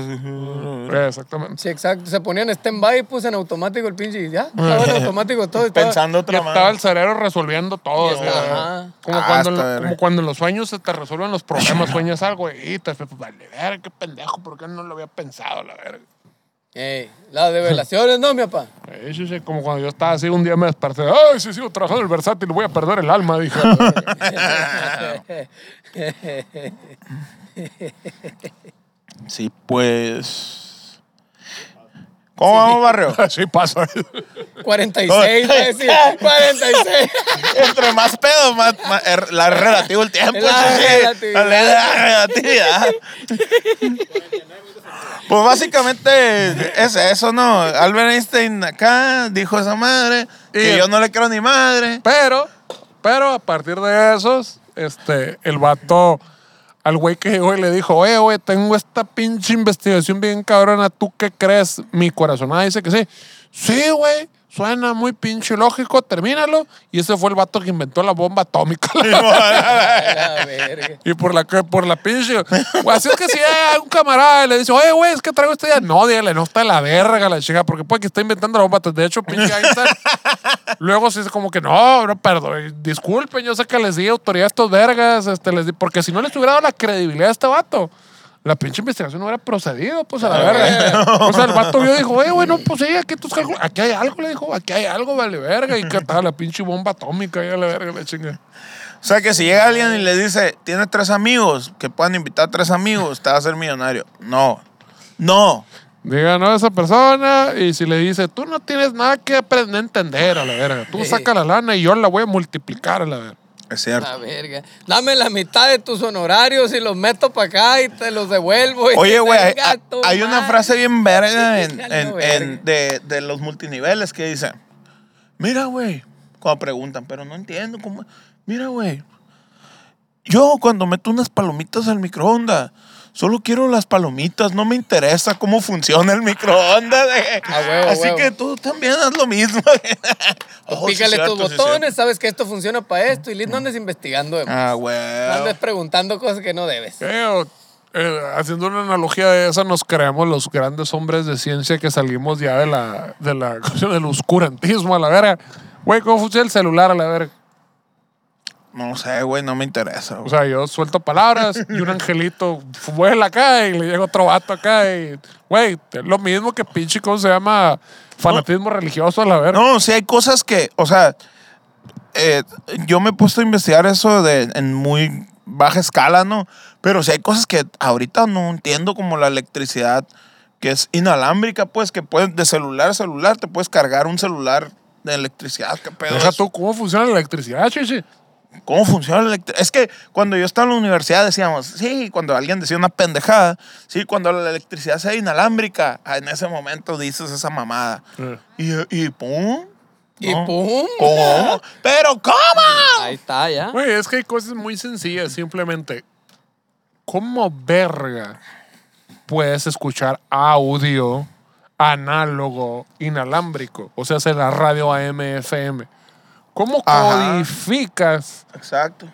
Exactamente.
Sí, exacto. Se ponían stand-by, pues en automático el pinche. y Ya, estaba en automático todo. estaba-
Pensando
Y
otra
estaba
más.
el cerebro resolviendo todo.
Ya
o
está,
sea,
ajá.
como,
Ah,
cuando,
está
en-
verga.
como cuando en los sueños se te resuelven los problemas, sueñas algo y te dices, "Pues, vale, verga, qué pendejo, ¿por qué no lo había pensado, la verga?
Ey, las develaciones, no, mi papá.
Eh, sí, sí, como cuando yo estaba así, un día me desperté, ay, si sigo trabajando en el versátil, voy a perder el alma, dije. (laughs) a la verga.
Sí, pues. ¿Cómo
(laughs)
vamos, barrio?
Así pasa.
46, va a decir, 46.
Entre más pedo, más, más- er- la es relativo el tiempo.
La
sí, sí.
relatividad.
La- la relatividad. Pues básicamente es eso, ¿no? Albert Einstein acá dijo esa madre que
Y-
yo no le creo
(laughs)
ni madre.
Pero, pero a partir de esos, este, el vato al güey que llegó y le dijo, oye, güey, tengo esta pinche investigación bien cabrona, ¿tú qué crees? Mi corazonada dice que sí. Sí, güey, suena muy pinche lógico, termínalo. Y ese fue el vato que inventó la bomba atómica. (laughs)
A (laughs) la verga.
Y por la, que- por la pinche. güey, así es que si hay un camarada y le dice, oye, güey, es que traigo esta idea. No, dígale, no está de la verga la chica, porque puede que está inventando la bomba. pues, De hecho, pinche Einstein. Luego sí es como que, no, no, perdón, disculpen, yo sé que les di autoridad a estos vergas, este, les di, porque si no les hubiera dado la credibilidad a este vato. La pinche investigación no hubiera procedido, pues a la verga. O sea, el vato vio y dijo, oye, güey, no, pues sí, aquí tus cálculos, aquí hay algo, le dijo, aquí hay algo, vale verga. Y que estaba la pinche bomba atómica, y a la verga, la chinga.
O sea, que si llega alguien y le dice, tienes tres amigos, que puedan invitar a tres amigos, te vas a ser millonario. No. No.
Diga no a esa persona y si le dice, tú no tienes nada que aprender a entender a la verga. Tú
Sí.
saca la lana y yo la voy a multiplicar a la verga.
Es
A
cierto.
la verga. Dame la mitad de tus honorarios y los meto para acá y te los devuelvo. y
Oye, güey, hay,
venga pues, tu
hay una
madre.
frase bien
(laughs)
verga en-
Ya
en-
lo verga.
en- de, de los multiniveles que dice, mira, güey, cuando preguntan, pero no entiendo cómo... Mira, güey, yo cuando meto unas palomitas al microondas, solo quiero las palomitas, no me interesa cómo funciona el microondas. eh.
(laughs) A huevo, a
Así
huevo.
que tú también haz lo mismo. (laughs) Oh, sí,
Pícale
cierto,
tus
sí,
botones,
cierto.
sabes que esto funciona para esto y listo, no andes investigando de más.
Ah,
No andes
güey.
preguntando cosas que no debes.
Eh, o- eh, haciendo una analogía de esa, nos creemos los grandes hombres de ciencia que salimos ya de la, de la (laughs) del oscurantismo a la verga. Güey, ¿cómo funciona el celular a la verga?
No sé, güey, no me interesa.
O
güey.
sea, yo suelto palabras y un angelito vuela acá y le llega otro vato acá y... Güey, es lo mismo que pinche, ¿cómo se llama? Fanatismo religioso a la verga.
No, sí hay cosas que, o sea, eh, yo me he puesto a investigar eso de, en muy baja escala, ¿no? Pero sí hay cosas que ahorita no entiendo, como la electricidad, que es inalámbrica, pues, que puedes, de celular a celular, te puedes cargar un celular de electricidad, qué pedo.
Deja
es?
tú cómo funciona la electricidad, chichi.
¿Cómo funciona la electricidad? Es que cuando yo estaba en la universidad decíamos, sí, cuando alguien decía una pendejada, sí, cuando la electricidad sea inalámbrica, ah, en ese momento dices esa mamada.
Eh.
Y, y pum.
Y
¿no?
pum.
¿Cómo? ¿Pero cómo?
Ahí está, ya.
Güey, es que hay cosas muy sencillas, simplemente. ¿Cómo verga puedes escuchar audio análogo inalámbrico? O sea, es la radio AM, FM. ¿Cómo
Ajá.
codificas
Exacto.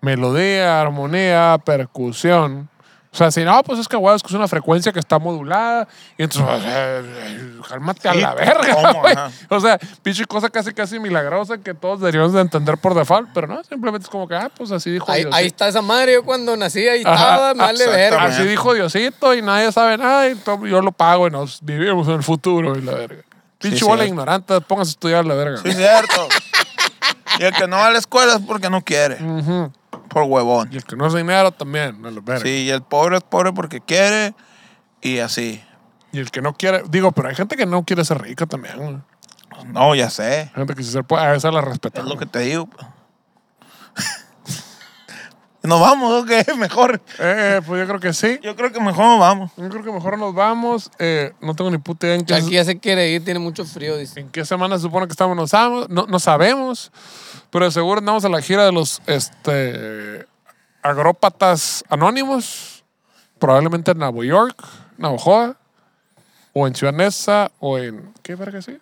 melodía, armonía, percusión? O sea, si no, pues es que güey, es que es una frecuencia que está modulada y entonces, cálmate a
Sí,
la verga,
¿cómo?
güey.
Ajá.
O sea, pinche cosa casi casi milagrosa que todos deberíamos de entender por default, pero no, simplemente es como que, ah, pues así dijo
Ahí,
Diosito.
ahí está esa madre. Yo cuando nací ahí
Ajá,
estaba, me vale verga.
Así dijo Diosito y nadie sabe nada y to- yo lo pago y nos vivimos en el futuro y la verga. Pinche
sí.
bola ignorante, pónganse a estudiar la verga.
Sí, es cierto. y el que no va a la escuela es porque no quiere. Por
Y
huevón.
el que no es dinero también, a la verga.
Sí, y el pobre es pobre porque quiere y así.
Y el que no quiere, digo, pero hay gente que no quiere ser rica también. güey.
Pues No, ya sé.
Hay gente que sí se puede, a esa la
Es
respetamos.
lo que te digo. (laughs) ¿Nos vamos o qué? (laughs) Mejor.
Eh, pues yo creo que sí.
Yo creo que mejor nos vamos.
Yo creo que mejor nos vamos. Eh, no tengo ni puta idea en qué,
Aquí ya se quiere ir, tiene mucho frío, dice.
en qué semana se supone que estamos. No, sabemos- no, no sabemos, pero de seguro andamos a la gira de los este, agrópatas anónimos. Probablemente en Nueva York, Navajoa, o en Ciudad Neza, o en. ¿Qué verga sí?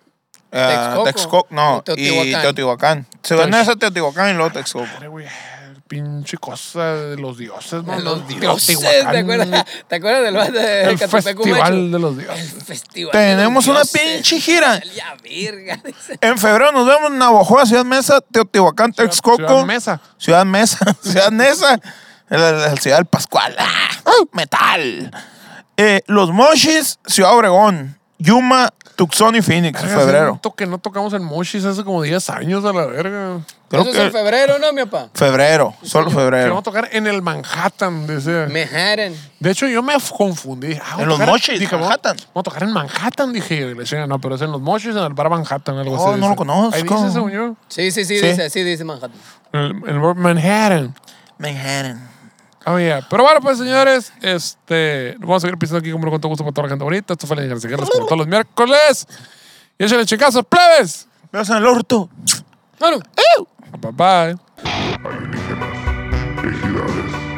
Ah,
Texcoco.
Texcoco, no,
Y Teotihuacán.
y Teotihuacán. Se van a hacer Teotihuacán y luego Texcoco.
Ay, güey, Pinche cosa de los dioses, ¿no?
De los dioses,
Teotihuacán,
¿te acuerdas? ¿Te acuerdas del vato de
El
Catepecu
festival
Macho?
de los
El
dioses.
festival de
Tenemos
los
una
dioses.
pinche gira.
La verga, dice.
En febrero nos vemos en Navajoa, Ciudad Mesa, Teotihuacán, Texcoco.
Ciudad Mesa.
Ciudad Mesa, (laughs) Ciudad Nesa, la, la Ciudad del Pascual. ¡Ah! Metal. Eh, Los Mochis, Ciudad Obregón, Yuma, Tucson y Phoenix en febrero.
Siento que no tocamos el Moshis hace como 10 años a la verga.
Creo
Eso es
que-
en febrero, ¿no, mi papá?
febrero, solo
Que vamos
febrero.
a tocar en el Manhattan, decía.
Manhattan.
De hecho, yo me confundí. Ah, vamos a
En los
tocar-
Mochis,
dije, vamos-
Manhattan.
Vamos a tocar en Manhattan, dije yo. Y le decía, no, pero es en los Moshis, en el bar Manhattan, algo
Oh,
así.
no lo
dice.
conozco.
Ahí dice, según yo.
Sí, sí, sí,
Sí.
dice así, dice Manhattan.
El, el bar Manhattan.
Manhattan.
Oh, yeah. Pero bueno, pues señores, este, vamos a seguir pisando aquí como con todo gusto para toda la gente bonita. Esto fue la Ingeniería como todos los miércoles. Y échenle chicazos, plebes.
Veos en el orto.
Bueno, Bye bye.
Alienígenas, ejidales.